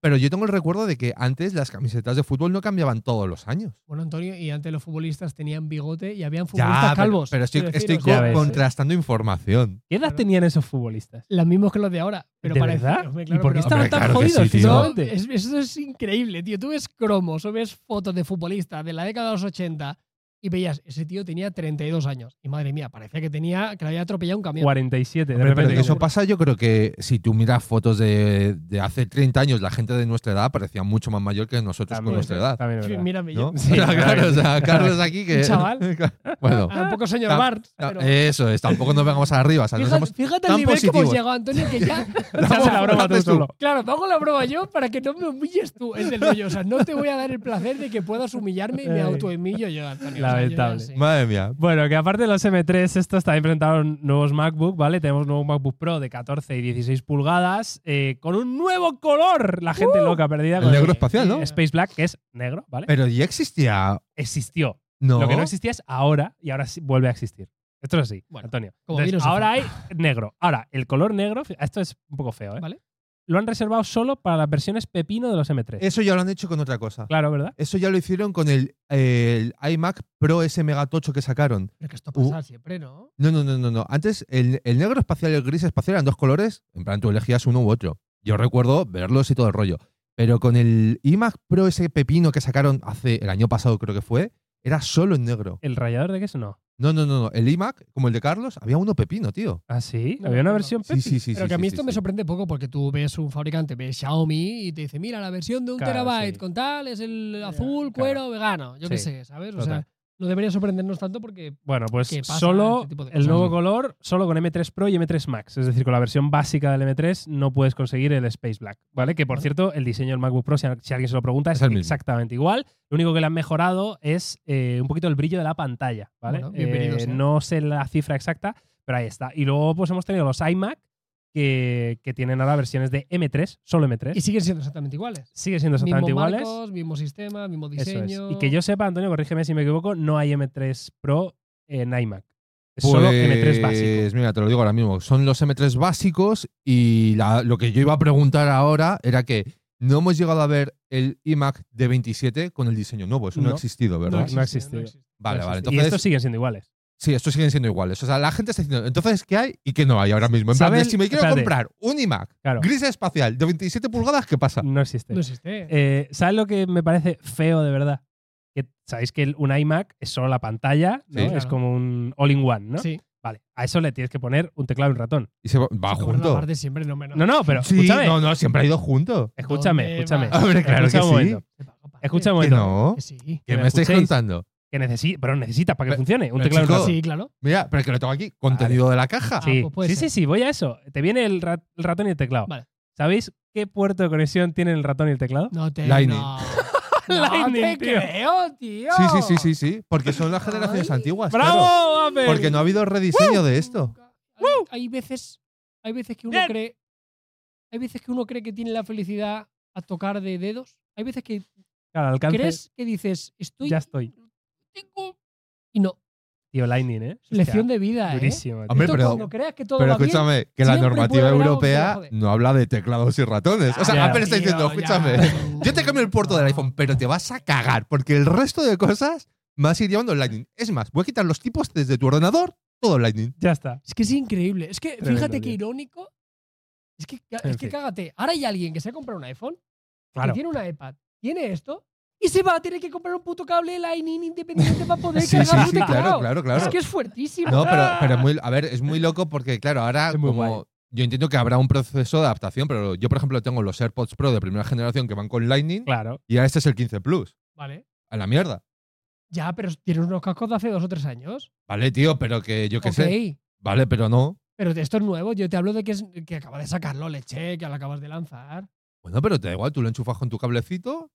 S3: Pero yo tengo el recuerdo de que antes las camisetas de fútbol no cambiaban todos los años.
S2: Bueno, Antonio, y antes los futbolistas tenían bigote y habían futbolistas
S3: pero-
S2: calvos.
S3: Pero, estoy,
S2: Quiero decir,
S3: estoy
S2: o sea,
S1: Ya
S3: co-
S1: ves.
S3: contrastando información.
S1: ¿Qué edad
S2: Claro.
S1: tenían esos futbolistas?
S2: Los mismos que los de ahora. Pero
S1: ¿De
S2: parece-
S1: verdad?
S2: Hombre,
S1: ¿Y por qué
S2: pero-
S1: estaban
S3: Hombre,
S1: tan
S3: claro que sí,
S1: jodidos?
S3: tío.
S2: No,
S1: físicamente?
S2: es- eso es increíble, tío. Tú ves cromos o ves fotos de futbolistas de la década de los 80 y veías, ese tío tenía 32 años. Y madre mía, parecía que tenía que le había atropellado un camión.
S1: 47. De
S3: Hombre, pero
S1: repente.
S3: que eso pasa, yo creo que si tú miras fotos de, de hace 30 años, la gente de nuestra edad parecía mucho más mayor que nosotros
S1: También,
S3: con nuestra edad.
S1: También es
S2: Sí,
S1: verdad.
S2: Mírame yo.
S3: ¿no?
S1: Sí,
S3: O sea, claro,
S1: claro.
S3: o sea, Carlos aquí que.
S2: Un chaval.
S3: bueno,
S2: Ah, Un poco señor
S3: Ta-
S2: Bart.
S3: ta-
S2: pero-
S3: eso es, tampoco nos vengamos arriba. O sea, no
S2: Fíjate,
S3: somos-
S2: fíjate
S3: tan
S2: el nivel que
S3: positivos.
S2: hemos llegado, Antonio, que ya.
S1: Te hace la broma tú
S3: Haces tú.
S1: solo.
S2: Claro, me hago la broma yo para que no me humilles tú. Es del rollo. O sea, no te voy a dar el placer de que puedas humillarme y me
S1: Ay.
S2: autohumillo yo, Antonio. O sea, yo ya
S1: Lamentable.
S2: sé.
S3: Madre mía.
S1: Bueno, que aparte de los M3, estos también presentaron nuevos MacBook, ¿vale? Tenemos nuevo MacBook Pro de 14 y 16 pulgadas eh, con un nuevo color. La gente loca perdida
S3: ¡Uh! El
S1: con
S3: negro espacial, ¿no?
S1: el Space Black, que es negro, ¿vale?
S3: Pero ya existía.
S1: Existió.
S3: No.
S1: Lo que no existía es ahora y ahora sí vuelve a existir. Esto es así,
S2: Bueno,
S1: Antonio.
S2: como
S1: Entonces,
S2: virus,
S1: ahora hay negro. Ahora, el color negro, esto es un poco feo, ¿eh?
S2: Vale.
S1: Lo han reservado solo para las versiones pepino de los M3.
S3: Eso ya lo han hecho con otra cosa.
S1: Claro, ¿verdad?
S3: Eso ya lo hicieron con el, el iMac Pro S Mega Tocho que sacaron.
S2: Pero que esto
S1: Uh.
S2: pasa siempre, ¿no?
S3: No, no, no, no, no. Antes el, el negro espacial y el gris espacial eran dos colores. En plan, tú elegías uno u otro. Yo recuerdo verlos y todo el rollo. Pero con el iMac Pro ese pepino que sacaron hace el año pasado, creo que fue, era solo en negro.
S1: ¿El rayador de queso no?
S3: No, no, no, no. El iMac, como el de Carlos, había uno pepino, tío.
S1: ¿Ah, sí?
S2: No me
S1: ¿Había una
S2: acuerdo.
S1: versión
S3: Sí,
S1: pepino?
S3: sí, sí.
S2: Pero
S3: sí,
S2: que a mí
S3: sí,
S2: esto
S3: sí,
S2: me
S3: sí.
S2: sorprende poco porque tú ves un fabricante, ves Xiaomi y te dice, mira, la versión de un
S1: Claro,
S2: terabyte
S1: sí.
S2: con tal es el
S1: Ya, claro.
S2: azul, cuero, vegano. Yo qué
S1: Sí,
S2: sé, ¿sabes? O
S1: total.
S2: sea, no debería sorprendernos tanto porque
S1: Bueno, pues
S2: que pasa
S1: solo
S2: este tipo de
S1: el
S2: cosas.
S1: nuevo color, solo con M3 Pro y M3 Max. Es decir, con la versión básica del M3 no puedes conseguir el Space Black, ¿vale? Que por
S2: Vale.
S1: cierto, el diseño del MacBook Pro, si a- si alguien se lo pregunta, es,
S3: Es el mismo.
S1: exactamente igual. Lo único que le han mejorado es eh, un poquito el brillo de la pantalla, ¿vale? Eh,
S2: Bueno, bienvenido sea.
S1: no sé la cifra exacta, pero ahí está. Y luego pues hemos tenido los iMac que, que tienen ahora versiones de M3, solo M3.
S2: Y siguen siendo exactamente iguales.
S1: Sigue siendo exactamente
S2: mismo
S1: iguales.
S2: marcos, mismo sistema, mismo
S1: Eso es.
S2: diseño.
S1: Y que yo sepa, Antonio, corrígeme si me equivoco, no hay M3 Pro en iMac. Es solo M3 básico.
S3: Pues, Mira, te lo digo ahora mismo. Son los M3 básicos y la- lo que yo iba a preguntar ahora era que no hemos llegado a ver el iMac D27 con el diseño nuevo. Eso no,
S1: No.
S3: ha existido, ¿verdad?
S1: No ha existido.
S3: Vale, vale.
S1: y
S3: Entonces,
S1: estos siguen siendo iguales.
S3: sí, estos siguen siendo iguales. O sea, la gente está diciendo, entonces, ¿qué hay y qué no hay ahora mismo? En plan,
S1: ¿Saben?
S3: de, si me quiero
S1: Espérate.
S3: comprar un iMac
S1: Claro.
S3: gris espacial de 27 pulgadas, ¿qué pasa?
S1: No existe.
S2: No existe.
S1: Eh, ¿Sabes lo que me parece feo de verdad? Que sabéis que el- un iMac es solo la pantalla, ¿no?
S3: Sí.
S1: es
S2: Claro.
S1: como un all-in-one, ¿no?
S2: Sí.
S1: Vale, a eso le tienes que poner un teclado y un ratón.
S3: Y se va, va
S2: Bueno, la
S3: Ah, junto.
S2: parte siempre, no menos.
S1: No, no, pero
S3: Sí,
S1: escúchame,
S3: no, no, siempre ha ido junto.
S1: escúchame,
S2: ¿Dónde
S1: escúchame.
S2: vas?
S3: Hombre, claro
S1: Escucha
S3: que
S1: un
S3: sí.
S1: momento, escucha un
S3: Que
S1: momento.
S3: no.
S2: Que sí.
S3: ¿Qué
S1: me
S3: me estáis
S1: escuchéis.
S3: contando?
S1: Que necesi- pero necesitas para que
S3: Pero-
S1: funcione un
S3: pero,
S1: teclado y un
S3: chico,
S1: ratón.
S2: Sí, claro.
S3: Mira, pero que lo tengo aquí. Contenido de la caja.
S2: Ah,
S1: Sí,
S2: pues puede
S1: sí,
S2: ser.
S1: sí, sí, voy a eso. Te viene el, ra- el ratón y el teclado.
S2: Vale.
S1: ¿Sabéis qué puerto de conexión tienen el ratón y el teclado?
S2: No te.
S3: Lightning.
S2: No, no
S1: Lightning,
S2: te
S1: tío.
S2: creo, tío.
S3: Sí, sí, sí, sí, sí. Porque son las generaciones
S2: Ay.
S3: antiguas. claro.
S1: ¡Bravo, Apple!
S3: Porque no ha habido rediseño de esto.
S2: Nunca- Hay, hay veces, hay veces que uno
S1: Bien.
S2: cree, hay veces que uno cree que tiene la felicidad a tocar de dedos. Hay veces que
S1: Claro, al alcance,
S2: crees que dices, estoy,
S1: ya estoy.
S2: tengo- y no,
S1: Tío, Lightning, ¿eh?
S2: lección
S1: Hostia,
S2: de vida, ¿eh?
S1: durísimo, tío.
S3: Hombre,
S2: Esto
S3: pero-
S2: cuando creas que todo
S3: Pero
S2: va bien,
S3: escúchame, que la
S2: siempre puede
S3: normativa
S2: haber algo
S3: europea
S2: que te jode.
S3: no habla de teclados y ratones. O sea,
S1: Ya,
S3: Apple está
S2: tío,
S3: diciendo,
S2: ya.
S3: escúchame, yo te cambio el puerto del iPhone, pero te vas a cagar. Porque el resto de cosas vas a ir llevando el Lightning. Es más, voy a quitar los tipos desde tu ordenador, todo Lightning.
S1: Ya está.
S2: Es que es increíble. Es que
S1: Tremendo,
S2: fíjate qué
S1: tío.
S2: irónico. Es que, ca-
S1: En
S2: es que
S1: fin.
S2: cágate. Ahora hay alguien que se ha comprado un iPhone,
S1: Claro.
S2: que tiene una iPad, tiene esto, y se va a tener que comprar un puto cable Lightning independiente para poder
S3: Sí, sí,
S2: cargar su
S3: sí, claro,
S2: teclado.
S3: claro, claro.
S2: Es que es fuertísimo.
S3: No, pero, pero muy, a ver, es muy loco porque, claro, ahora
S1: Es muy
S3: como-
S1: guay.
S3: Yo entiendo que habrá un proceso de adaptación, pero yo, por ejemplo, tengo los AirPods Pro de primera generación que van con Lightning
S1: Claro.
S3: y ahora este es el 15 Plus.
S2: Vale.
S3: A la mierda.
S2: Ya, pero tienes unos cascos de hace dos o tres años.
S3: Vale, tío, pero que yo qué
S2: ok.
S3: sé. Vale, pero no.
S2: Pero esto es nuevo. Yo te hablo de que, es, que acaba de sacarlo, leche, que lo acabas de lanzar.
S3: Bueno, pero te da igual, tú lo enchufas con tu cablecito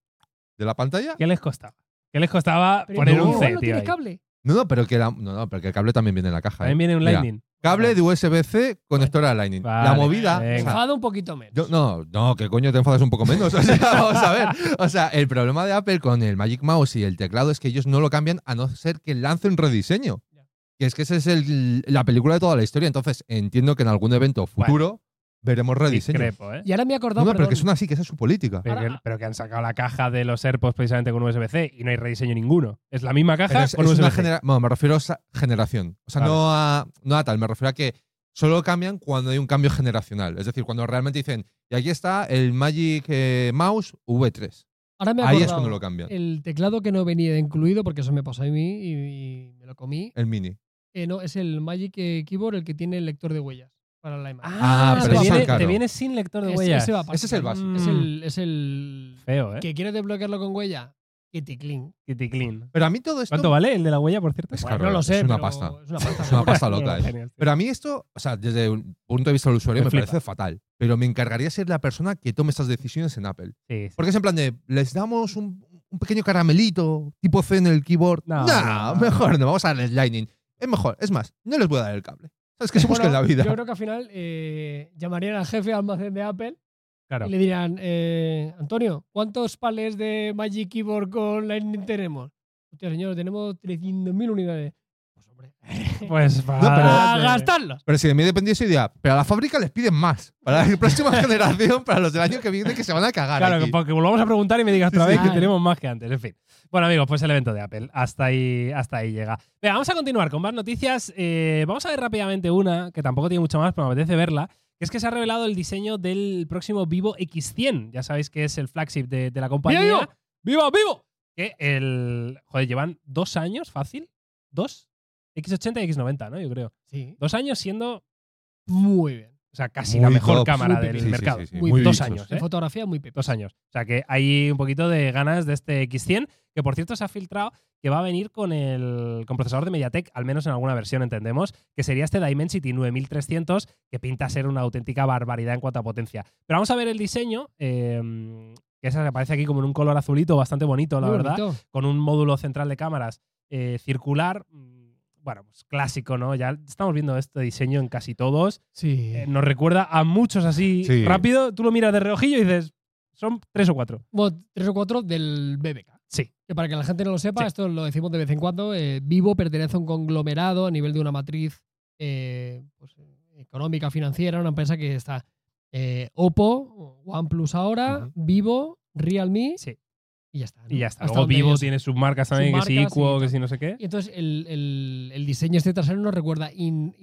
S3: de la pantalla.
S1: ¿Qué les costaba? ¿Qué les costaba
S2: Pero
S1: poner
S2: igual-
S1: un
S2: igual
S1: C,
S2: no
S1: tío?
S2: tienes
S1: ahí?
S2: cable.
S3: No, no, pero que la- no, no, pero que el cable también viene en la caja.
S1: También
S3: ¿eh?
S1: viene un
S3: Mira,
S1: Lightning.
S3: Cable de USB-C, conector a Lightning. la
S1: Vale,
S3: movida.
S1: venga.
S3: o sea,
S2: Enfado un poquito menos.
S3: yo- no, no, que coño te enfadas un poco menos. O sea, vamos a ver. O sea, el problema de Apple con el Magic Mouse y el teclado es que ellos no lo cambian a no ser que lance un rediseño.
S2: Ya.
S3: Que es que esa es el- la película de toda la historia. Entonces, entiendo que en algún evento futuro veremos rediseño.
S1: Discrepo, ¿eh?
S2: Y ahora me he acordado,
S3: No, no, pero
S2: perdón.
S3: que es una así, que esa es su política.
S1: Pero que,
S2: Ahora-
S1: pero que han sacado la caja de los AirPods precisamente con USB-C y no hay rediseño ninguno. Es la misma
S3: Pero
S1: caja
S3: es,
S1: con
S3: es una
S1: USB-C.
S3: genera- bueno, me refiero a esa generación. O sea,
S1: Vale.
S3: no, a, no a tal, me refiero a que solo cambian cuando hay un cambio generacional. Es decir, cuando realmente dicen, y aquí está el Magic eh, Mouse V3.
S2: Ahora me he
S3: Ahí es
S2: acordado.
S3: cuando lo cambian. El,
S2: El teclado que no venía incluido, porque eso me pasó a mí y, y me lo comí,
S3: mini.
S2: eh, no, es el Magic eh, Keyboard el que tiene el lector de huellas para la imagen.
S1: Ah,
S3: Ah,
S1: pero
S3: pero
S1: te
S3: ese es
S1: viene,
S3: caro.
S1: te viene sin lector de
S2: Ese-
S1: huellas.
S2: ese va aparte.
S3: Ese es el básico.
S2: Es
S1: Mm.
S2: el, es el
S1: Feo, ¿eh?
S2: que quiere desbloquearlo con huella. Kitty Clean.
S1: Kitty Clean.
S3: Pero a mí todo esto.
S1: ¿Cuánto vale el de la huella, por cierto?
S3: Es
S2: Bueno,
S3: caro, ¿eh?
S2: no lo sé.
S3: es una
S2: pero
S3: pasta.
S2: Es una pasta.
S3: Es una pasta
S1: Bueno,
S3: loca. eh.
S1: genial, sí.
S3: Pero a mí esto, o sea, desde un punto de vista del usuario
S1: Me
S3: me,
S1: flipa.
S3: parece fatal. Pero me encargaría ser la persona que tome estas decisiones en Apple.
S1: Sí, sí.
S3: Porque es en plan de, les damos un, un pequeño caramelito tipo C en el keyboard.
S1: No, no.
S3: No, mejor no, vamos a darles Lightning. Es mejor, es más, no les voy a dar el cable. Sabes que se busca
S2: Bueno,
S3: en la vida.
S2: Yo creo que al final eh, llamarían al jefe de almacén de Apple
S1: Claro.
S2: y le dirán, eh, Antonio, ¿cuántos palets de Magic Keyboard con Lightning tenemos? Hostia, señor, tenemos 300.000 unidades. Pues hombre,
S1: Pues
S2: a
S1: para
S2: gastarlos.
S3: Pero si de mí dependiese idea, pero a la fábrica les piden más. Para la próxima generación, para los del año que viene, que se van a cagar.
S1: Claro,
S3: aquí.
S1: que porque volvamos a preguntar y me digas otra
S2: sí.
S1: vez que
S2: Claro.
S1: tenemos más que antes. En fin. Bueno, amigos, pues el evento de Apple. Hasta ahí, hasta ahí llega. Venga, vamos a continuar con más noticias. Eh, vamos a ver rápidamente una, que tampoco tiene mucho más, pero me apetece verla. Que es que se ha revelado el diseño del próximo Vivo X100. Ya sabéis que es el flagship de, de la compañía.
S2: ¡Vivo!
S1: ¡Vivo, vivo! Que el. Joder, llevan dos años, fácil. Dos. X80 y X90, ¿no? Yo creo.
S2: Sí,
S1: Dos años siendo, o
S2: muy bien.
S1: sea, casi
S3: Muy
S1: la mejor
S3: top,
S1: cámara
S2: muy
S1: del
S3: Sí, sí,
S1: mercado.
S3: sí, sí,
S2: Muy
S3: muy
S1: dos
S3: bichos.
S1: años, ¿eh?
S2: En fotografía muy pepe.
S1: dos años. O sea que hay un poquito de ganas de este X100, que por cierto se ha filtrado que va a venir con el con procesador de MediaTek, al menos en alguna versión entendemos, que sería este Dimensity 9300, que pinta ser una auténtica barbaridad en cuanto a potencia. Pero vamos a ver el diseño, eh, que esa aparece aquí como en un color azulito bastante bonito, la
S2: Muy
S1: verdad
S2: bonito.
S1: con un módulo central de cámaras eh, circular. mm, Bueno, pues clásico, ¿no? Ya estamos viendo este diseño en casi todos.
S2: Sí.
S1: Eh, nos recuerda a muchos así
S3: Sí.
S1: rápido. Tú lo miras de reojillo y dices, son tres o cuatro.
S2: Bueno, tres o cuatro del BBK.
S1: Sí,
S2: que para que la gente no lo sepa,
S1: Sí.
S2: esto lo decimos de vez en cuando, eh, Vivo pertenece a un conglomerado a nivel de una matriz eh, pues, económica, financiera, una empresa que está eh, Oppo, OnePlus ahora,
S3: Ujú.
S2: Vivo, Realme
S1: Sí.
S2: y ya está. ¿no?
S1: Y ya está.
S2: Hasta
S1: Luego
S2: donde
S1: Vivo
S2: ellos-
S1: tiene sus marcas también,
S2: Sus
S1: que
S2: marcas
S1: si Iquo,
S2: y
S1: que
S2: tal.
S1: si no sé qué.
S2: Y entonces el, el- el diseño este trasero nos recuerda in-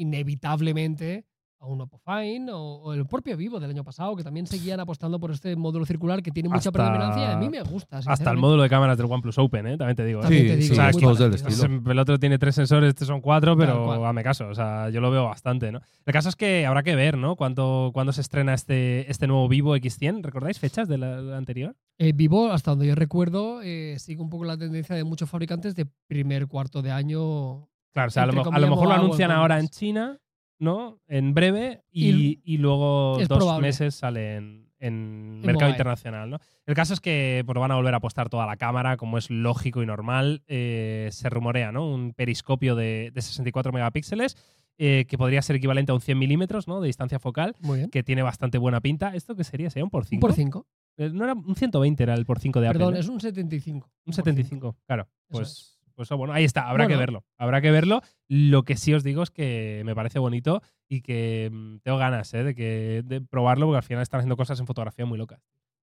S2: inevitablemente a un Oppo Fine o, o el propio Vivo del año pasado, que también seguían apostando por este módulo circular que tiene mucha
S1: Hasta-
S2: predominancia. A mí me gusta.
S1: Hasta el
S2: sinceramente.
S1: módulo de cámaras del OnePlus Open, ¿eh? también te digo. ¿eh?
S2: También
S3: Sí,
S2: te digo,
S3: sí,
S1: o sea,
S2: muy
S1: todos
S2: parecido.
S3: del
S1: Pues,
S3: estilo.
S1: em, El otro tiene tres sensores, este son cuatro,
S2: Tal cual.
S1: pero hazme caso. O sea, yo lo veo bastante, ¿no? El caso es que habrá que ver, ¿no? ¿Cuándo, cuándo se estrena este, este nuevo Vivo X100? ¿Recordáis fechas de la, la anterior?
S2: Eh, Vivo, hasta donde yo recuerdo, eh, sigue un poco la tendencia de muchos fabricantes de primer cuarto de año.
S1: Claro, o sea, a lo,
S2: Entre
S1: mo- a lo
S2: comillas,
S1: mejor lo
S2: hago
S1: anuncian ahora en
S2: entonces.
S1: China, ¿no? En breve y, y luego
S2: es
S1: dos
S2: probable.
S1: meses sale en, en
S2: En
S1: mercado
S2: mobile.
S1: internacional, ¿no? El caso es que pues, van a volver a apostar toda la cámara, como es lógico y normal. Eh, se rumorea, ¿no? Un periscopio de, de 64 megapíxeles. eh, que podría ser equivalente a un 100 milímetros ¿no? de distancia focal.
S2: Muy bien.
S1: que tiene bastante buena pinta. ¿Esto qué sería? ¿Sería un por 5?
S2: Un por 5.
S1: No era un 120, era el por 5 de
S2: Perdón,
S1: Apple. ¿eh?
S2: es un 75.
S1: un
S2: por cinco.
S1: 75, claro. Pues, pues ah, bueno, ahí está, habrá que
S2: Bueno.
S1: verlo. Habrá que verlo. Lo que sí os digo es que me parece bonito y que mm, tengo ganas ¿eh? de, que, de probarlo porque al final están haciendo cosas en fotografía muy locas.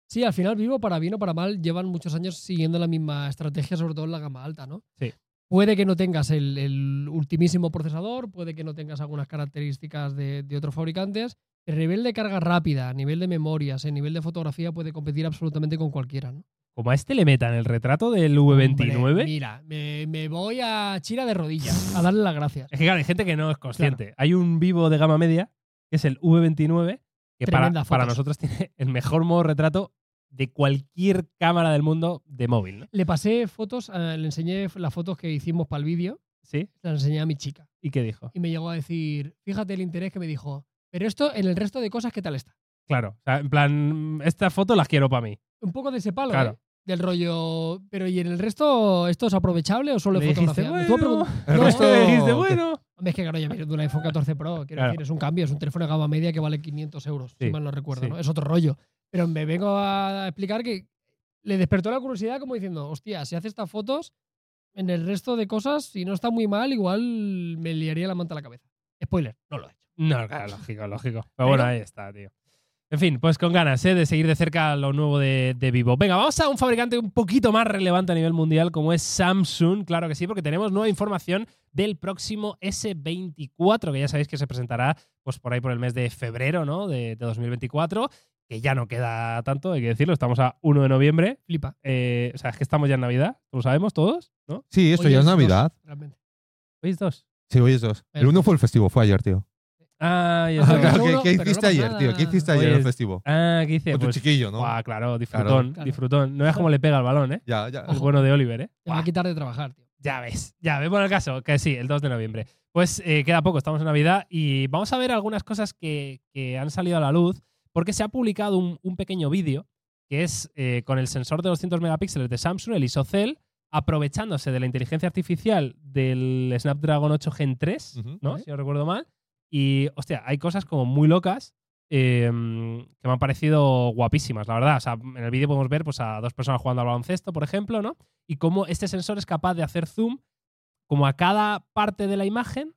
S2: Sí, al final Vivo, para bien o para mal, llevan muchos años siguiendo la misma estrategia, sobre todo en la gama alta, ¿no?
S1: Sí.
S2: Puede que no tengas el, el ultimísimo procesador, puede que no tengas algunas características de, de otros fabricantes. El nivel de carga rápida, a nivel de memorias, el nivel de fotografía puede competir absolutamente con cualquiera, ¿no?
S1: Como a este le metan el retrato del V29.
S2: Hombre, mira, me, me voy a China de rodillas a darle las gracias.
S1: es que claro, hay gente que no es consciente. Hay un vivo de gama media, que es el V29, que para,
S2: Tremendas
S1: para
S2: fotos.
S1: nosotros tiene el mejor modo retrato de cualquier cámara del mundo de móvil, ¿no?
S2: Le pasé fotos, eh, le enseñé las fotos que hicimos para el vídeo,
S1: ¿Sí?
S2: las enseñé a mi chica.
S1: ¿Y qué dijo?
S2: Y me llegó a decir, fíjate el interés que me dijo, pero esto en el resto de cosas, ¿qué tal está?
S1: Claro, o sea, en plan, "Mm, estas fotos las quiero para mí.
S2: Un poco de ese palo,
S1: Claro.
S2: ¿eh? Del rollo, pero ¿y en el resto esto es aprovechable o solo
S1: Le
S2: es
S1: dijiste,
S2: fotografía? Me estuvo
S1: bueno,
S2: preguntando-
S3: El
S2: No,
S3: resto-
S1: le dijiste, bueno.
S2: Hombre, es que claro, ya viene de un iPhone 14 Pro, quiero
S1: Claro.
S2: decir, es un cambio, es un teléfono de gama media que vale 500 euros,
S1: Sí,
S2: si mal no recuerdo,
S1: sí.
S2: ¿no? Es otro rollo. Pero me vengo a explicar que le despertó la curiosidad como diciendo, hostia, si hace estas fotos, en el resto de cosas, si no está muy mal, igual me liaría la manta a la cabeza. Spoiler, no lo he hecho.
S1: No, claro, lógico, lógico. Pero bueno, ahí está, tío. En fin, pues con ganas ¿eh? de seguir de cerca lo nuevo de, de Vivo. Venga, vamos a un fabricante un poquito más relevante a nivel mundial como es Samsung, claro que sí, porque tenemos nueva información del próximo S24, que ya sabéis que se presentará pues por ahí por el mes de febrero ¿no? de, de 2024, que ya no queda tanto, hay que decirlo, estamos a 1 de noviembre,
S2: Flipa.
S1: Eh, o sea, es que estamos ya en Navidad, lo sabemos todos, ¿no?
S3: Sí, esto
S2: Hoy
S3: ya es
S2: dos,
S3: Navidad.
S2: realmente.
S1: ¿Veis dos?
S3: Sí, hoy es dos. El
S2: Perfecto.
S3: uno fue el festivo, fue ayer, tío.
S1: Ah, ya
S2: Ah,
S1: sabes.
S2: claro.
S3: ¿Qué-
S2: uno,
S3: ¿Qué,
S2: Eh. pero no
S3: hiciste
S2: pasa
S3: ayer, tío?
S2: nada.
S3: ¿Qué hiciste ayer en
S1: Oye,
S3: el festivo?
S1: Ah, ¿qué dice?
S3: Con tu
S1: Pues,
S3: chiquillo, ¿no?
S1: guau, claro, disfrutón,
S2: Claro.
S1: disfrutón. No veas cómo le pega el balón, ¿eh?
S3: Ya, ya.
S1: El bueno de Oliver, ¿eh?
S2: Te va a quitar de trabajar, tío.
S1: Ya ves, ya ves. Bueno, el caso, que sí, el 2 de noviembre. Pues eh, queda poco, estamos en Navidad y vamos a ver algunas cosas que, que han salido a la luz porque se ha publicado un, un pequeño vídeo que es eh, con el sensor de 200 megapíxeles de Samsung, el ISOCELL, aprovechándose de la inteligencia artificial del Snapdragon 8 Gen 3,
S3: Ujú.
S1: ¿no?
S2: Vale.
S1: Si no recuerdo mal. Y, hostia, hay cosas como muy locas eh, que me han parecido guapísimas, la verdad. O sea, en el vídeo podemos ver pues, a dos personas jugando al baloncesto, por ejemplo, ¿no? Y cómo este sensor es capaz de hacer zoom como a cada parte de la imagen.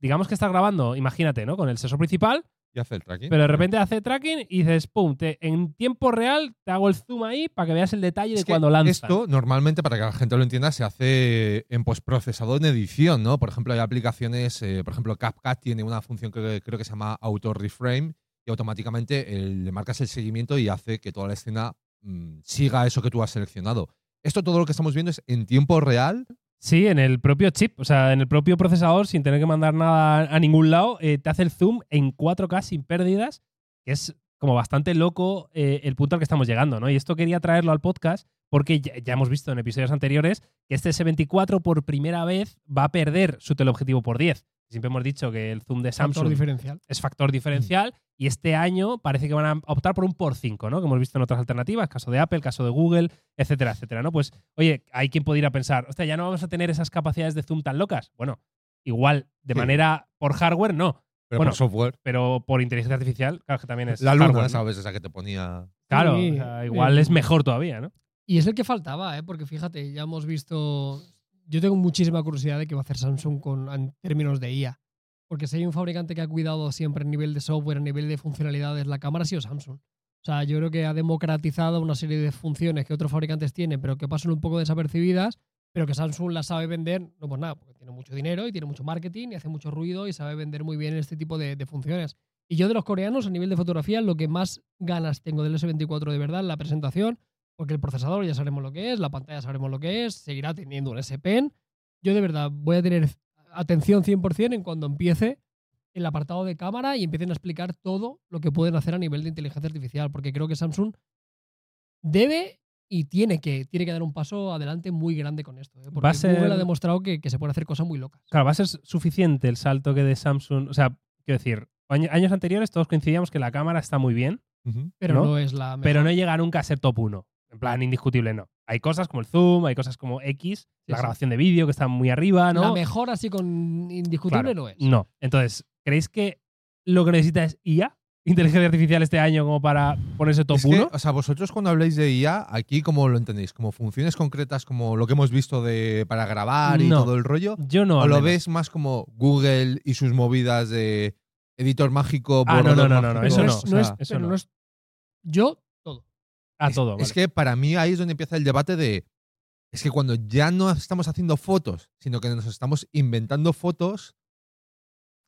S1: Digamos que estás grabando, imagínate, ¿no? Con el sensor principal,
S3: Y hace el tracking.
S1: pero de repente hace tracking y dices, pum, te- en tiempo real te hago el zoom ahí para que veas el detalle
S3: Es
S1: de
S3: que
S1: cuando lanza.
S3: Esto normalmente, para que la gente lo entienda, se hace en postprocesado en edición, ¿no? Por ejemplo, hay aplicaciones, eh, por ejemplo, CapCut tiene una función que creo que se llama Auto Reframe y automáticamente eh, le marcas el seguimiento y hace que toda la escena mm, siga eso que tú has seleccionado. Esto todo lo que estamos viendo es en tiempo real.
S1: Sí, en el propio chip, o sea, en el propio procesador, sin tener que mandar nada a ningún lado, eh, te hace el zoom en 4K sin pérdidas, que es como bastante loco eh, el punto al que estamos llegando, ¿no? Y esto quería traerlo al podcast porque ya, ya hemos visto en episodios anteriores que este S24 por primera vez va a perder su teleobjetivo por 10. Siempre hemos dicho que el zoom de
S2: Factor
S1: Samsung
S2: diferencial.
S1: es factor diferencial y este año parece que van a optar por un por 5, ¿no? Que hemos visto en otras alternativas, caso de Apple, caso de Google, etcétera, etcétera, ¿no? Pues, oye, hay quien puede ir a pensar, hostia, ya no vamos a tener esas capacidades de zoom tan locas. Bueno, igual, de
S3: Sí.
S1: manera por hardware no,
S3: Pero
S1: Bueno,
S3: por software.
S1: pero por inteligencia artificial, claro que también es
S3: La luna,
S1: hardware, ¿no?
S3: ¿sabes? Esa que te ponía.
S1: Claro,
S2: Sí,
S1: o sea, igual
S2: eh,
S1: es mejor todavía, ¿no?
S2: Y es el que faltaba, ¿eh? porque fíjate, ya hemos visto. Yo tengo muchísima curiosidad de qué va a hacer Samsung con, en términos de IA. Porque si hay un fabricante que ha cuidado siempre a nivel de software, a nivel de funcionalidades, la cámara ha sido Samsung. O sea, yo creo que ha democratizado una serie de funciones que otros fabricantes tienen, pero que pasan un poco desapercibidas, pero que Samsung las sabe vender, no pues nada, porque tiene mucho dinero y tiene mucho marketing y hace mucho ruido y sabe vender muy bien este tipo de, de funciones. Y yo de los coreanos, a nivel de fotografía, lo que más ganas tengo del S24 de verdad, la presentación, porque el procesador ya sabremos lo que es, la pantalla sabremos lo que es, seguirá teniendo un S Pen. Yo de verdad voy a tener atención 100% en cuando empiece el apartado de cámara y empiecen a explicar todo lo que pueden hacer a nivel de inteligencia artificial, porque creo que Samsung debe y tiene que, tiene que dar un paso adelante muy grande con esto. ¿eh? Porque
S1: Va a ser-
S2: Google ha demostrado que, que se pueden hacer cosas muy locas.
S1: Claro, va a ser suficiente el salto que de Samsung. O sea, quiero decir, año- años anteriores todos coincidíamos que la cámara está muy bien,
S3: Ujú.
S2: Pero
S1: ¿No?
S2: no, es la mejor.
S1: pero no llega nunca a ser top 1. En plan, indiscutible, no. Hay cosas como el zoom, hay cosas como X, la
S2: sí.
S1: grabación de vídeo que está muy arriba, ¿no?
S2: La mejor así con indiscutible
S1: Claro,
S2: no es.
S1: No. Entonces, ¿creéis que lo que necesita es IA? Inteligencia artificial este año como para ponerse top
S3: Es que,
S1: 1.
S3: o sea, vosotros cuando habláis de IA, aquí como lo entendéis, como funciones concretas, como lo que hemos visto de para grabar y
S1: No.
S3: todo el rollo,
S1: Yo no.
S3: o lo
S1: al menos.
S3: ves más como Google y sus movidas de editor mágico,
S1: Ah, no, no, no,
S3: borrador
S1: no, no,
S3: mágico?
S2: Pero
S1: eso
S2: no
S1: no,
S2: es-
S3: O
S2: no es-
S3: sea,
S1: eso
S2: pero
S1: no.
S2: no es- Yo, todo.
S1: A
S3: es-
S1: todo.
S3: Es
S1: vale.
S3: que para mí ahí es donde empieza el debate de es que cuando ya no estamos haciendo fotos, sino que nos estamos inventando fotos,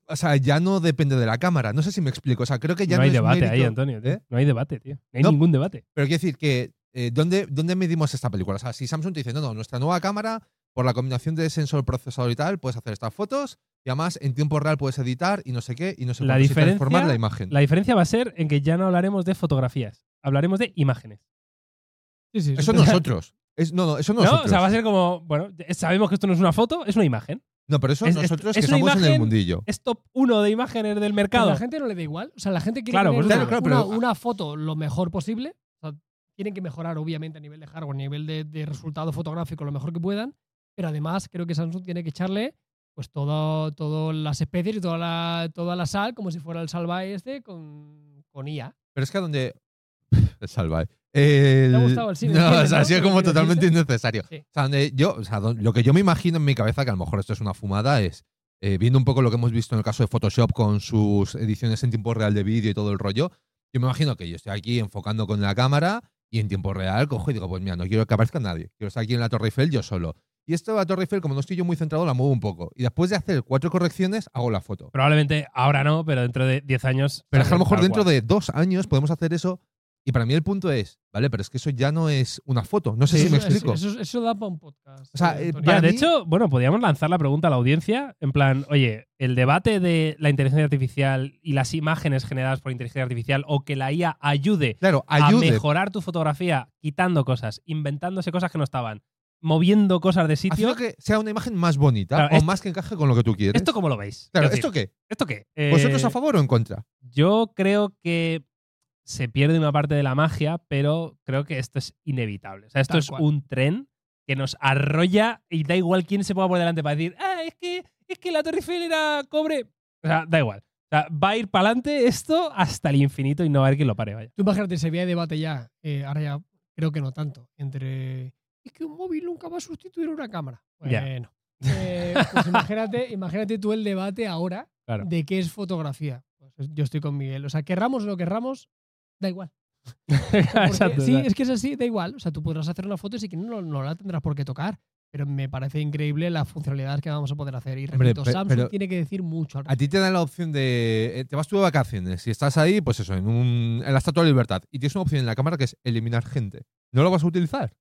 S3: o sea, ya no depende de la cámara. No sé si me explico. O sea, creo que ya
S1: no
S3: no,
S1: hay
S3: es
S1: debate ahí,
S3: mérito-
S1: Antonio. tío.
S3: ¿Eh?
S1: No hay debate, tío. No hay
S3: No.
S1: ningún debate.
S3: Pero quiero decir que, eh, ¿dónde, ¿dónde medimos esta película? O sea, si Samsung te dice, no, no, nuestra nueva cámara, por la combinación de sensor, procesador y tal, puedes hacer estas fotos y además en tiempo real puedes editar y no sé qué, y no sé
S1: La
S3: cuánto, y
S1: diferencia-
S3: transformar la imagen.
S1: La diferencia va a ser en que ya no hablaremos de fotografías, hablaremos de imágenes.
S2: Sí, sí,
S3: Eso nosotros. Es, no, no, eso
S1: ¿No?
S3: nosotros.
S1: O sea, va a ser como, bueno, sabemos que esto no es una foto, es una imagen.
S3: No, pero eso
S1: es- es-
S3: nosotros
S1: es
S3: que
S1: una
S3: estamos en el
S1: imagen-
S3: mundillo.
S1: Es top 1 de imágenes del
S2: Pero
S1: mercado.
S2: la gente no le da igual. O sea, la gente quiere
S1: Claro,
S2: tener
S1: por
S2: una,
S1: eso
S3: te digo.
S2: una- una foto lo mejor posible. O sea, tienen que mejorar, obviamente, a nivel de hardware, a nivel de, de resultado fotográfico, lo mejor que puedan. Pero además, creo que Samsung tiene que echarle pues todo, todas las especies y toda la, toda la sal, como si fuera el salvaje este, con, con IA.
S3: Pero es que a donde. Salva. eh. El-
S2: Te ha gustado el sí, me
S3: no,
S2: entiendes,
S3: o sea,
S2: ¿no?
S3: ha sido
S2: Lo que
S3: como
S2: quiero
S3: totalmente
S2: decirte.
S3: innecesario.
S2: Sí.
S3: O sea, donde yo, o sea, don- lo que yo me imagino en mi cabeza, que a lo mejor esto es una fumada, es eh, viendo un poco lo que hemos visto en el caso de Photoshop con sus ediciones en tiempo real de vídeo y todo el rollo. Yo me imagino que yo estoy aquí enfocando con la cámara y en tiempo real cojo y digo, pues mira, no quiero que aparezca nadie. Quiero estar aquí en la Torre Eiffel yo solo. Y esto de la Torre Eiffel, como no estoy yo muy centrado, la muevo un poco. Y después de hacer cuatro correcciones, hago la foto.
S1: Probablemente ahora no, pero dentro de 10 años.
S3: Pero es que a lo mejor
S1: tal
S3: dentro
S1: cual.
S3: de dos años podemos hacer eso. Y para mí el punto es, ¿vale? Pero es que eso ya no es una foto. No sé
S2: Sí,
S3: si me
S2: eso-
S3: explico.
S2: Eso, eso- eso da para un podcast.
S3: O sea,
S2: eh,
S3: eh,
S2: Antonio.
S1: Ya,
S3: para
S1: de
S3: mí-
S1: hecho, bueno, podríamos lanzar la pregunta a la audiencia, en plan, oye, el debate de la inteligencia artificial y las imágenes generadas por inteligencia artificial o que la IA ayude
S3: claro,
S1: a
S3: ayude.
S1: mejorar tu fotografía quitando cosas, inventándose cosas que no estaban, moviendo cosas de sitio.
S3: Haciendo que sea una imagen más bonita
S1: Claro,
S3: o
S1: esto-
S3: más que encaje con lo que tú quieres.
S1: ¿Esto cómo lo veis?
S3: claro,
S1: Quiero
S3: ¿esto qué?
S1: decir, ¿Esto qué?
S3: ¿Vosotros
S1: Eh,
S3: a favor o en contra?
S1: Yo creo que se pierde una parte de la magia, pero creo que esto es inevitable. O sea, esto
S2: Tal
S1: es
S2: cual.
S1: un tren que nos arrolla y da igual quién se ponga por delante para decir, ah, es que, es que la Torre Eiffel era cobre. O sea, da igual. O sea, va a ir para adelante esto hasta el infinito y no va a haber quien lo pare, vaya.
S2: Tú imagínate, si había debate ya, eh, ahora ya creo que no tanto, entre... Es que un móvil nunca va a sustituir una cámara.
S1: Ya.
S2: Bueno. Eh, pues imagínate, imagínate tú el debate ahora
S1: Claro.
S2: de qué es fotografía. Pues es- yo estoy con Miguel. O sea, querramos o no querramos, da igual. Porque
S1: Exacto,
S2: sí,
S1: o sea,
S2: es que es así, da igual. O sea, tú podrás hacer una foto y si quieres no, no la tendrás por qué tocar. Pero me parece increíble las funcionalidades que vamos a poder hacer. Y
S3: Hombre,
S2: repito,
S3: pe-
S2: Samsung
S3: pero-
S2: tiene que decir mucho. al
S3: A ti te dan la opción de... eh, Te vas tú de vacaciones y estás ahí, pues eso, en, un, en la Estatua de Libertad. Y tienes una opción en la cámara que es eliminar gente. ¿No lo vas a utilizar?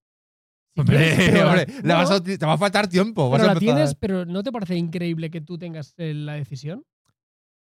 S3: Hombre,
S2: pero-
S3: hombre, la
S2: no.
S3: vas a uti- te va a faltar tiempo. vas
S2: Pero
S3: a
S2: la
S3: empezar-
S2: tienes, pero ¿no te parece increíble que tú tengas eh, la decisión?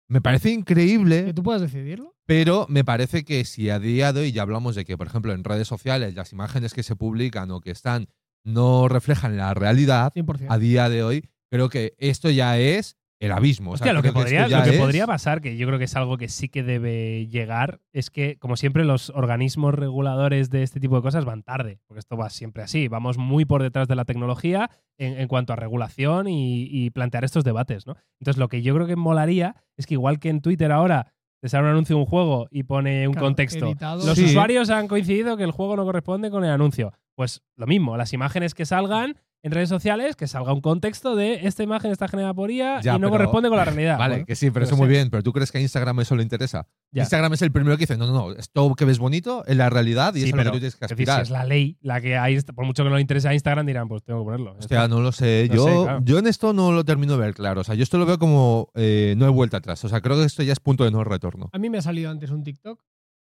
S3: Me parece increíble
S2: ¿Que tú puedas decidirlo?
S3: Pero me parece que si a día de hoy ya hablamos de que, por ejemplo, en redes sociales las imágenes que se publican o que están no reflejan la realidad,
S2: 100%.
S3: a día de hoy creo que esto ya es el abismo. O sea,
S1: Hostia, lo que,
S3: creo
S1: podría,
S3: esto ya
S1: lo que
S3: es-
S1: podría pasar, que yo creo que es algo que sí que debe llegar, es que, como siempre, los organismos reguladores de este tipo de cosas van tarde, porque esto va siempre así. Vamos muy por detrás de la tecnología en, en cuanto a regulación y, y plantear estos debates, ¿no? Entonces, lo que yo creo que molaría es que, igual que en Twitter ahora, te sale un anuncio de un juego y pone un
S2: Claro,
S1: contexto.
S2: editado.
S1: Los
S3: Sí.
S1: usuarios han coincidido que el juego no corresponde con el anuncio. Pues lo mismo, las imágenes que salgan en redes sociales, que salga un contexto de esta imagen está generada por IA
S3: Ya,
S1: y no
S3: pero-
S1: corresponde con la realidad.
S3: Vale,
S1: Bueno,
S3: que sí, pero
S1: yo
S3: eso
S1: sé.
S3: muy bien. Pero tú crees que a Instagram eso le interesa.
S1: Ya.
S3: Instagram es el primero que dice: no, no, no, esto que ves bonito es la realidad y
S1: sí,
S3: es a lo
S1: pero,
S3: que tú tienes que
S1: es decir, si
S3: aspirar.
S1: es la ley la que hay, por mucho que no le interese a Instagram, dirán, pues tengo que ponerlo. Ya
S3: Hostia,
S1: está.
S3: no lo sé.
S1: No
S3: yo,
S1: sé, claro.
S3: yo en esto no lo termino de ver claro. O sea, yo esto lo veo como eh, no hay vuelta atrás. O sea, creo que esto ya es punto de no retorno.
S2: A mí me ha salido antes un TikTok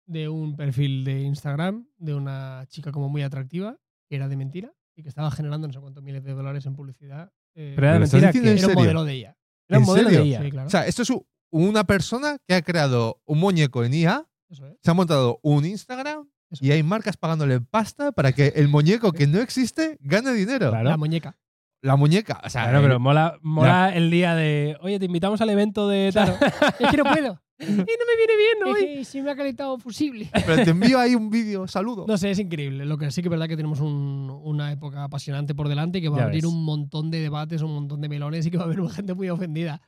S2: de un perfil de Instagram de una chica como muy atractiva, que era de mentira y que estaba generando no sé cuántos miles de dólares en publicidad. eh,
S1: Pero era
S3: ¿Pero estás
S1: mentira que
S3: diciendo en
S2: era un
S3: serio?
S2: modelo de ella.
S1: Era un
S3: ¿En
S1: modelo de
S3: serio?
S1: IA.
S2: Sí, claro.
S3: O sea, esto es u- una persona que ha creado un muñeco en IA,
S2: eso es.
S3: se ha montado un Instagram
S2: Eso.
S3: y hay marcas pagándole pasta para que el muñeco que no existe gane dinero.
S1: Claro.
S2: La muñeca.
S3: La muñeca. O sea,
S1: Claro,
S3: el-
S1: pero mola, mola el día de, oye, te invitamos al evento de tal.
S2: Claro. es que no puedo.
S1: y no me viene bien
S2: Es
S1: hoy.
S2: que se me ha calentado fusible.
S3: pero te envío ahí un vídeo, saludo.
S2: No sé, es increíble. Lo que sí que es verdad que tenemos un- una época apasionante por delante y que va
S1: Ya
S2: a abrir
S1: ves.
S2: un montón de debates, un montón de melones y que va a haber gente muy ofendida.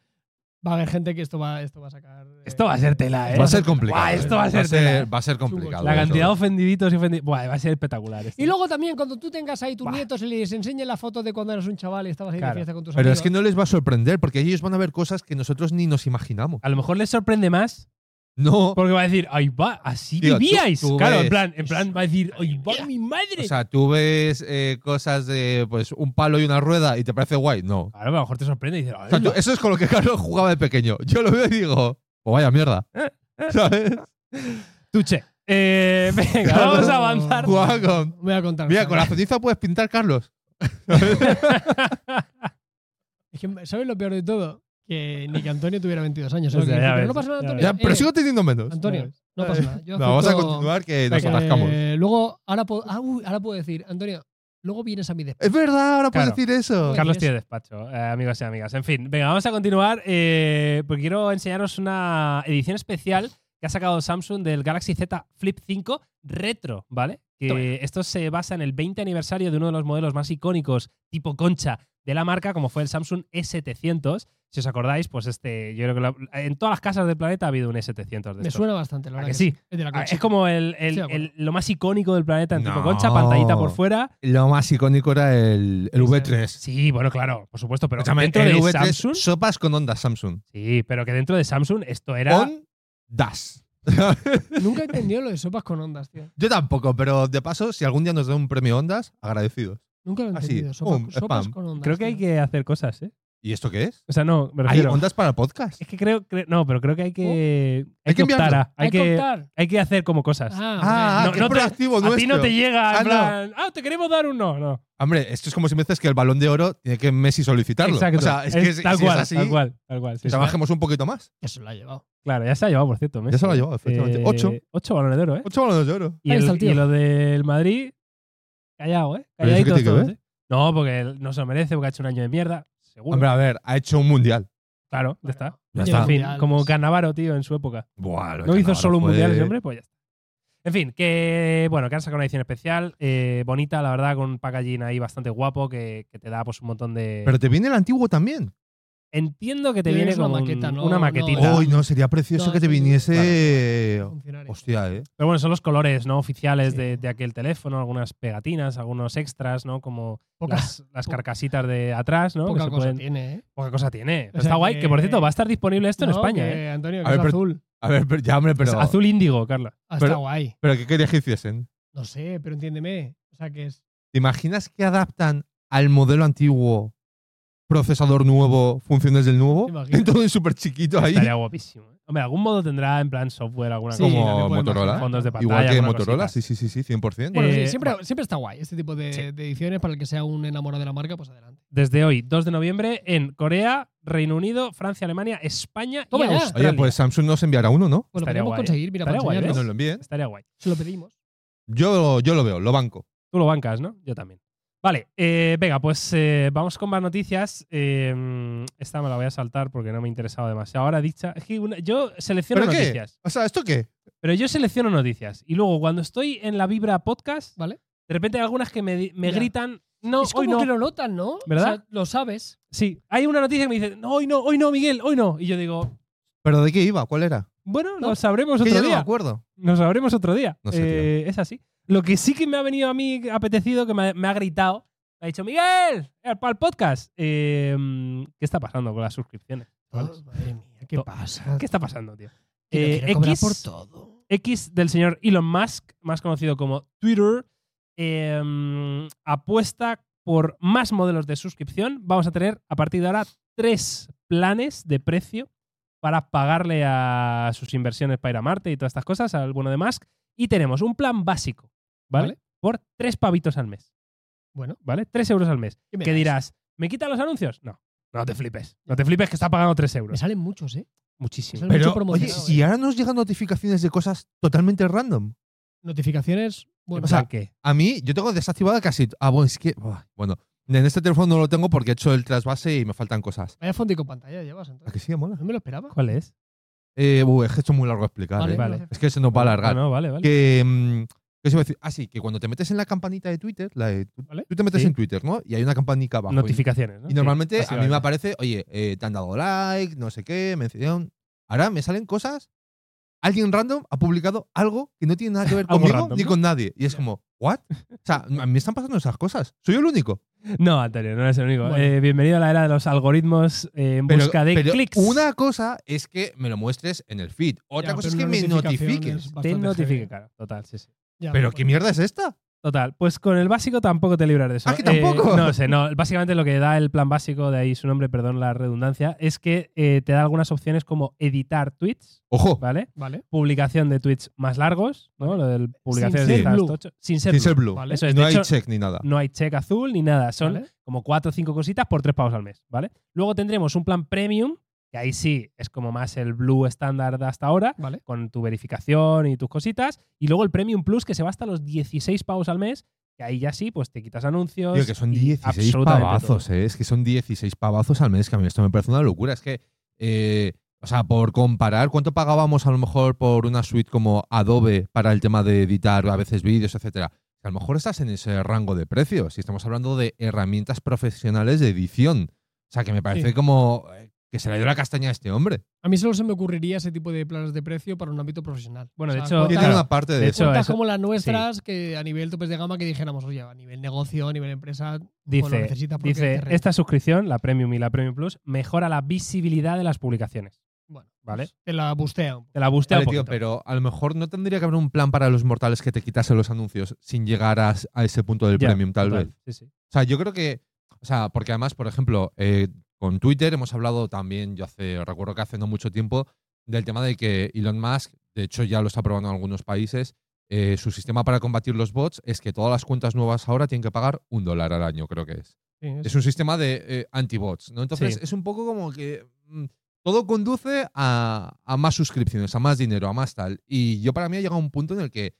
S2: Va a haber gente que esto va, esto va a sacar. eh,
S1: Esto va a ser tela, ¿eh?
S3: Va a ser complicado. eh.
S1: Buah, esto va a ser tela. eh.
S3: va a ser complicado. eh,
S1: La
S3: eso.
S1: cantidad de ofendiditos y ofendiditos. Buah, va a ser espectacular. este. esto.
S2: Y luego también, cuando tú tengas ahí tus
S1: Buah.
S2: nietos y les enseñes la foto de cuando eras un chaval y estabas ahí
S1: Claro.
S2: de fiesta con tus
S3: Pero
S2: amigos.
S3: es que no les va a sorprender porque ellos van a ver cosas que nosotros ni nos imaginamos.
S1: A lo mejor les sorprende más
S3: No.
S1: porque va a decir, ¡ay, va! Así
S3: Tío, tú-
S1: vivíais.
S3: tú
S1: claro, en
S3: ves-
S1: plan, en plan va a decir, ¡ay, va mi madre!
S3: O sea, tú ves eh, cosas de pues un palo y una rueda y te parece guay. No.
S1: Claro, a lo mejor te sorprende y dices,
S3: O sea,
S1: "Ay,
S3: tú-
S1: no".
S3: eso es con lo que Carlos jugaba de pequeño. Yo lo veo y digo, pues vaya mierda.
S1: Eh,
S3: ¿Sabes?
S1: tuche. Eh, venga,
S3: Claro.
S1: vamos a avanzar.
S3: Jugaba con-
S2: Voy a contar.
S3: Mira,
S2: ¿sabes?
S3: con la ceniza puedes pintar, Carlos.
S2: Es que, ¿Sabes lo peor de todo? Que ni que Antonio tuviera 22 años.
S1: O
S2: ¿sabes?
S1: sea,
S2: Que
S1: ya
S2: dice,
S1: ves,
S2: pero no pasa nada,
S1: ya
S2: Antonio.
S3: Ya, pero
S2: Eh,
S3: sigo teniendo menos.
S2: Antonio, no pasa nada. Yo
S3: No, vamos a
S2: acepto-
S3: continuar que nos
S1: Venga.
S3: atascamos.
S2: Eh, luego, ahora, puedo- ah, uy, ahora puedo decir, Antonio, luego vienes a mi despacho.
S3: Es verdad, ahora puedes
S1: Claro.
S3: decir eso.
S2: Claro.
S1: Carlos
S2: Así es.
S1: tiene despacho, eh, amigos y amigas. En fin, venga, vamos a continuar eh, porque quiero enseñaros una edición especial que ha sacado Samsung del Galaxy Z Flip 5 retro, ¿vale? Que
S2: Toma.
S1: esto se basa en el 20 aniversario de uno de los modelos más icónicos tipo concha de la marca, como fue el Samsung S700. Si os acordáis, pues este, yo creo que la- en todas las casas del planeta ha habido un S700 de
S2: Me
S1: estos.
S2: suena bastante,
S1: ¿A
S2: la verdad.
S1: que sí?
S2: Es de la
S1: Ah,
S2: concha.
S1: Es como el, el-
S2: Estoy de acuerdo.
S1: el- lo más icónico del planeta en tipo
S3: No.
S1: concha, pantallita por fuera.
S3: Lo más icónico era el, el
S2: Sí,
S3: V3.
S1: Sí, bueno, claro, por supuesto, pero
S3: Escúchame,
S1: dentro
S3: el
S1: de
S3: V3,
S1: Samsung.
S3: sopas con ondas Samsung.
S1: Sí, pero que dentro de Samsung esto era.
S3: On das.
S2: Nunca he entendido lo de sopas con ondas, tío.
S3: Yo tampoco, pero de paso, si algún día nos dan un premio Ondas, agradecidos.
S2: Nunca lo he
S3: Así,
S2: entendido. sopas,
S3: pum,
S2: sopas
S3: spam.
S2: con ondas.
S1: creo que hay
S2: tío.
S1: que hacer cosas, ¿eh?
S3: ¿Y esto qué es?
S1: O sea, no, me
S3: ¿Hay
S1: refiero.
S3: ondas para podcast?
S1: Es que creo, cre- No, pero creo que hay que. hay,
S3: Oh, Hay
S1: que
S3: que
S1: optar a- Hay,
S2: Hay que
S1: que,
S2: optar.
S1: hay que hacer como cosas.
S2: Ah,
S3: Ah,
S1: no,
S3: qué
S1: no te-
S3: proactivo
S1: a ti
S3: nuestro.
S1: no te llega en
S3: Ah, no.
S1: plan. Ah, te queremos dar un no. No.
S3: Hombre, esto es como si me dices que el balón de oro tiene que Messi solicitarlo.
S1: Exacto.
S3: O sea, es que si-
S1: tal
S3: si
S1: cual,
S3: es así,
S1: tal cual, tal cual. Sí, sí.
S3: trabajemos un poquito más.
S2: bueno, Eso lo ha llevado.
S1: Claro, ya se ha llevado, por cierto. Messi.
S3: Ya se lo ha llevado, efectivamente.
S1: Eh,
S3: Ocho.
S1: Ocho balones de oro, ¿eh?
S3: Ocho balones de oro.
S1: Y,
S2: Ahí
S1: el-
S2: está el tío.
S1: y lo del Madrid, callado, ¿eh?
S3: Pero eso que
S1: Calladito
S3: tiene que
S1: todos,
S3: ver.
S1: ¿eh? No, porque él no se lo merece, porque ha hecho un año de mierda. Seguro.
S3: Hombre, a ver, ha hecho un mundial.
S1: claro, ya está.
S2: Bueno,
S3: Ya
S1: En
S3: está.
S1: fin,
S2: mundiales.
S1: como Carnavaro, tío, en su época.
S3: Buah, lo de
S1: No hizo
S3: Cannavaro
S1: solo un
S3: fue-
S1: mundial ese hombre, pues ya está. En fin, que bueno, que han sacado una edición especial, eh, bonita, la verdad, con un packaging ahí bastante guapo que, que te da pues un montón de.
S3: Pero te viene el antiguo también.
S1: Entiendo que te
S2: Te
S1: viene
S2: viene
S1: con
S2: una maqueta, ¿no?
S1: una
S2: No,
S1: maquetita.
S2: Claro.
S3: Uy, no, sería precioso
S2: No,
S3: que te
S2: sí, sí.
S3: viniese.
S2: Funcionario.
S3: Hostia, eh.
S1: Pero bueno, son los colores no oficiales
S2: Sí.
S1: de, de aquel teléfono, algunas pegatinas, algunos extras, ¿no? Como
S2: Poca-
S1: las, las
S2: po-
S1: carcasitas de atrás, ¿no? que
S2: Poca
S1: se
S2: cosa
S1: pueden-
S2: tiene, ¿eh?
S1: Poca cosa tiene.
S2: O
S1: Está
S2: sea
S1: guay, que por cierto,
S2: que-
S1: va a estar disponible esto en
S2: No,
S1: España, ¿eh?
S2: que, Antonio, que
S3: A ver,
S2: es
S3: pero-
S2: azul.
S3: A ver, pero, ya, hombre,
S1: Es
S3: pero.
S1: azul índigo, Carla.
S2: Ah,
S3: pero-
S2: está guay.
S3: ¿Pero qué querías que hiciesen?
S2: No sé, pero entiéndeme. O sea, que es.
S3: ¿Te imaginas que adaptan al modelo antiguo procesador nuevo, funciones del nuevo?
S2: Te imaginas.
S3: En todo en súper chiquito ahí.
S1: Estaría guapísimo. ¿eh? Hombre, algún modo tendrá en plan software, alguna
S2: Sí,
S1: cosa.
S2: la
S3: como
S2: me puedo
S3: Motorola.
S2: imaginar.
S1: Fondos de pantalla.
S3: Igual que
S1: alguna
S3: Motorola,
S1: cosita.
S3: sí, sí, sí, sí, 100%.
S2: Bueno,
S1: Eh,
S2: sí, siempre,
S1: bueno.
S2: siempre está guay este tipo de,
S1: Sí.
S2: de ediciones para el que sea un enamorado de la marca, pues adelante.
S1: desde hoy, 2 de noviembre, en Corea, Reino Unido, Francia, Alemania, España
S2: Toma
S1: y
S2: ya.
S1: Australia.
S3: Oye, pues Samsung nos enviará uno, ¿no?
S2: Pues lo
S1: Estaría
S2: podemos
S1: guay, ¿eh?
S2: conseguir, mira, para
S1: Estaría guay, ¿eh?
S3: Que
S2: enseñarnos.
S3: nos lo envíen.
S1: Estaría guay.
S2: Se lo pedimos.
S3: Yo, yo lo veo, lo banco.
S1: Tú lo bancas, ¿no? Yo también. Vale, eh, venga, pues eh, vamos con más noticias. Eh, esta me la voy a saltar porque no me interesaba demasiado. Ahora dicha, es que una- yo selecciono
S3: ¿Pero qué?
S1: noticias,
S3: O sea, ¿esto qué?
S1: pero yo selecciono noticias y luego cuando estoy en la vibra podcast,
S2: Vale.
S1: de repente hay algunas que me, di- me
S2: Ya.
S1: gritan, no,
S2: es como
S1: hoy no.
S2: que lo notan, ¿no?
S1: ¿Verdad?
S2: O sea, lo sabes.
S1: Sí, hay una noticia que me dice, no, hoy no, hoy no, Miguel, hoy no. Y yo digo,
S3: ¿Pero de qué iba? ¿Cuál era?
S1: bueno,
S2: No.
S1: lo sabremos
S3: Que
S1: otro
S3: ya no me
S1: día.
S3: acuerdo.
S1: Nos sabremos otro día.
S3: No sé, tío.
S1: Eh, es así. Lo que sí que me ha venido a mí apetecido, que me ha, me ha gritado, me ha dicho, Miguel, para el podcast. Eh, ¿Qué está pasando con las suscripciones?
S2: Oh, madre mía, ¿qué
S1: To-
S2: pasa?
S1: ¿Qué está pasando, tío?
S2: Que lo
S1: Eh,
S2: quiere cobrar
S1: X-
S2: por todo.
S1: X del señor Elon Musk, más conocido como Twitter, eh, apuesta por más modelos de suscripción. Vamos a tener a partir de ahora tres planes de precio para pagarle a sus inversiones para ir a Marte y todas estas cosas, al bueno de Musk. Y tenemos un plan básico, ¿vale?
S2: Vale.
S1: Por tres pavitos al mes,
S2: Bueno,
S1: ¿vale? Tres euros al mes.
S2: ¿qué me
S1: Que
S2: das?
S1: dirás, ¿me quita los anuncios? No, no te flipes. No te flipes que está pagando tres
S2: Me
S1: euros.
S2: salen muchos, ¿eh?
S1: Muchísimo.
S2: sale
S3: Pero,
S2: mucho
S3: oye,
S2: promocionado,
S3: si ahora nos llegan notificaciones de cosas totalmente random.
S2: Notificaciones.
S1: En
S2: Bueno,
S3: O sea,
S1: plan que-
S3: A mí, yo tengo desactivada casi. Ah, bueno, es que. buah, Bueno, en este teléfono no lo tengo porque he hecho el trasvase y me faltan cosas.
S2: vaya fondo y con pantalla llevas
S3: ¿A
S2: entonces.
S3: que sí, mola?
S2: No me lo esperaba.
S1: ¿Cuál es?
S3: Eh, buh, es que esto es muy largo de explicar.
S2: Vale,
S3: eh.
S1: vale.
S2: gracias.
S3: Es que se nos va a alargar.
S1: Ah, no, vale, vale.
S3: Que. mm, ¿qué os iba a decir? Ah, sí, que cuando te metes en la campanita de Twitter, la de- tú,
S1: Vale.
S3: tú te metes
S1: Sí.
S3: en Twitter, ¿no? Y hay una campanica abajo. y-
S1: Notificaciones. ¿no?
S3: Y normalmente
S1: Sí,
S3: a mí me
S1: básicamente.
S3: aparece, oye, eh, te han dado like, no sé qué, mención. Ahora me salen cosas. Alguien random ha publicado algo que no tiene nada que ver
S1: Algo
S3: conmigo
S1: random,
S3: ni
S1: ¿no?
S3: con nadie. Y es como, ¿what? O sea, a mí me están pasando esas cosas. Soy el único.
S1: No, Antonio, no eres el único.
S2: Bueno.
S1: Eh, bienvenido a la era de los algoritmos eh, en busca de
S3: pero
S1: clics.
S3: una cosa es que me lo muestres en el feed. Otra
S2: Ya,
S3: cosa es
S2: pero
S3: que
S2: unas
S3: me
S2: notificaciones
S3: notifiques.
S1: Te
S2: bastante
S1: notifica,
S3: ¿eh?
S2: heavy.
S1: claro. Total, sí, sí.
S2: Ya,
S3: ¿Pero
S2: bueno.
S3: qué mierda es esta?
S1: Total, pues con el básico tampoco te libras de eso. Eh,
S3: Ah, que tampoco.
S1: no sé, no. Básicamente lo que da el plan básico, de ahí su nombre, perdón la redundancia, es que eh, te da algunas opciones como editar tweets,
S3: Ojo,
S1: ¿vale?
S2: Vale.
S1: Publicación de tweets más largos, ¿no? Lo del publicación
S2: ser
S1: de estas
S2: blue.
S1: tocho- Sin ser,
S3: sin ser
S1: blue.
S3: blue.
S2: Vale.
S1: Eso es,
S3: No
S1: de
S3: hay
S1: hecho,
S3: check ni nada.
S1: no hay check azul ni nada. Son
S2: Vale.
S1: como cuatro o cinco cositas por tres pavos al mes, ¿vale? Luego tendremos un plan premium, que ahí sí es como más el blue estándar de hasta ahora,
S2: Vale.
S1: con tu verificación y tus cositas. Y luego el premium plus, que se va hasta los 16 pavos al mes, que ahí ya sí, pues te quitas anuncios.
S3: Tío, que son
S1: y
S3: 16
S1: absolutamente
S3: pavazos, eh. Es que son 16 pavazos al mes, que a mí esto me parece una locura. Es que, eh, o sea, por comparar, ¿cuánto pagábamos a lo mejor por una suite como Adobe para el tema de editar a veces vídeos, etcétera? A lo mejor estás en ese rango de precios y estamos hablando de herramientas profesionales de edición. O sea, que me parece
S2: Sí.
S3: como eh, que se le dio la castaña a este hombre.
S2: A mí solo se me ocurriría ese tipo de planes de precio para un ámbito profesional.
S1: Bueno,
S2: O
S1: de
S2: sea,
S1: hecho-
S3: Tiene
S2: cuentas-
S1: claro.
S3: una parte de,
S1: De
S3: eso.
S1: hecho,
S2: cuentas
S1: eso-
S2: como las nuestras que a nivel topes de gama que dijéramos, oye, a nivel negocio, a nivel empresa, pues lo
S1: Dice,
S2: necesitas porque
S1: dice
S2: te renta.
S1: esta suscripción, la premium y la premium plus, mejora la visibilidad de las publicaciones.
S2: Bueno,
S1: Vale.
S2: pues te la bustean.
S1: Te la bustea
S3: Vale,
S1: un
S3: tío,
S1: poquito.
S3: pero a lo mejor no tendría que haber un plan para los mortales que te quitase los anuncios sin llegar a, a ese punto del
S1: Ya,
S3: premium, tal
S1: total,
S3: vez.
S1: sí, sí.
S3: O sea, yo creo que. O sea, porque además, por ejemplo, eh, con Twitter hemos hablado también, yo hace, recuerdo que hace no mucho tiempo, del tema de que Elon Musk, de hecho ya lo está probando en algunos países, eh, su sistema para combatir los bots es que todas las cuentas nuevas ahora tienen que pagar un dólar al año, creo que es.
S2: Sí, es-
S3: Es un sistema de eh, anti-bots, ¿no? Entonces
S1: Sí.
S3: es un poco como que mm, todo conduce a, a más suscripciones, a más dinero, a más tal. Y yo para mí ha llegado un punto en el que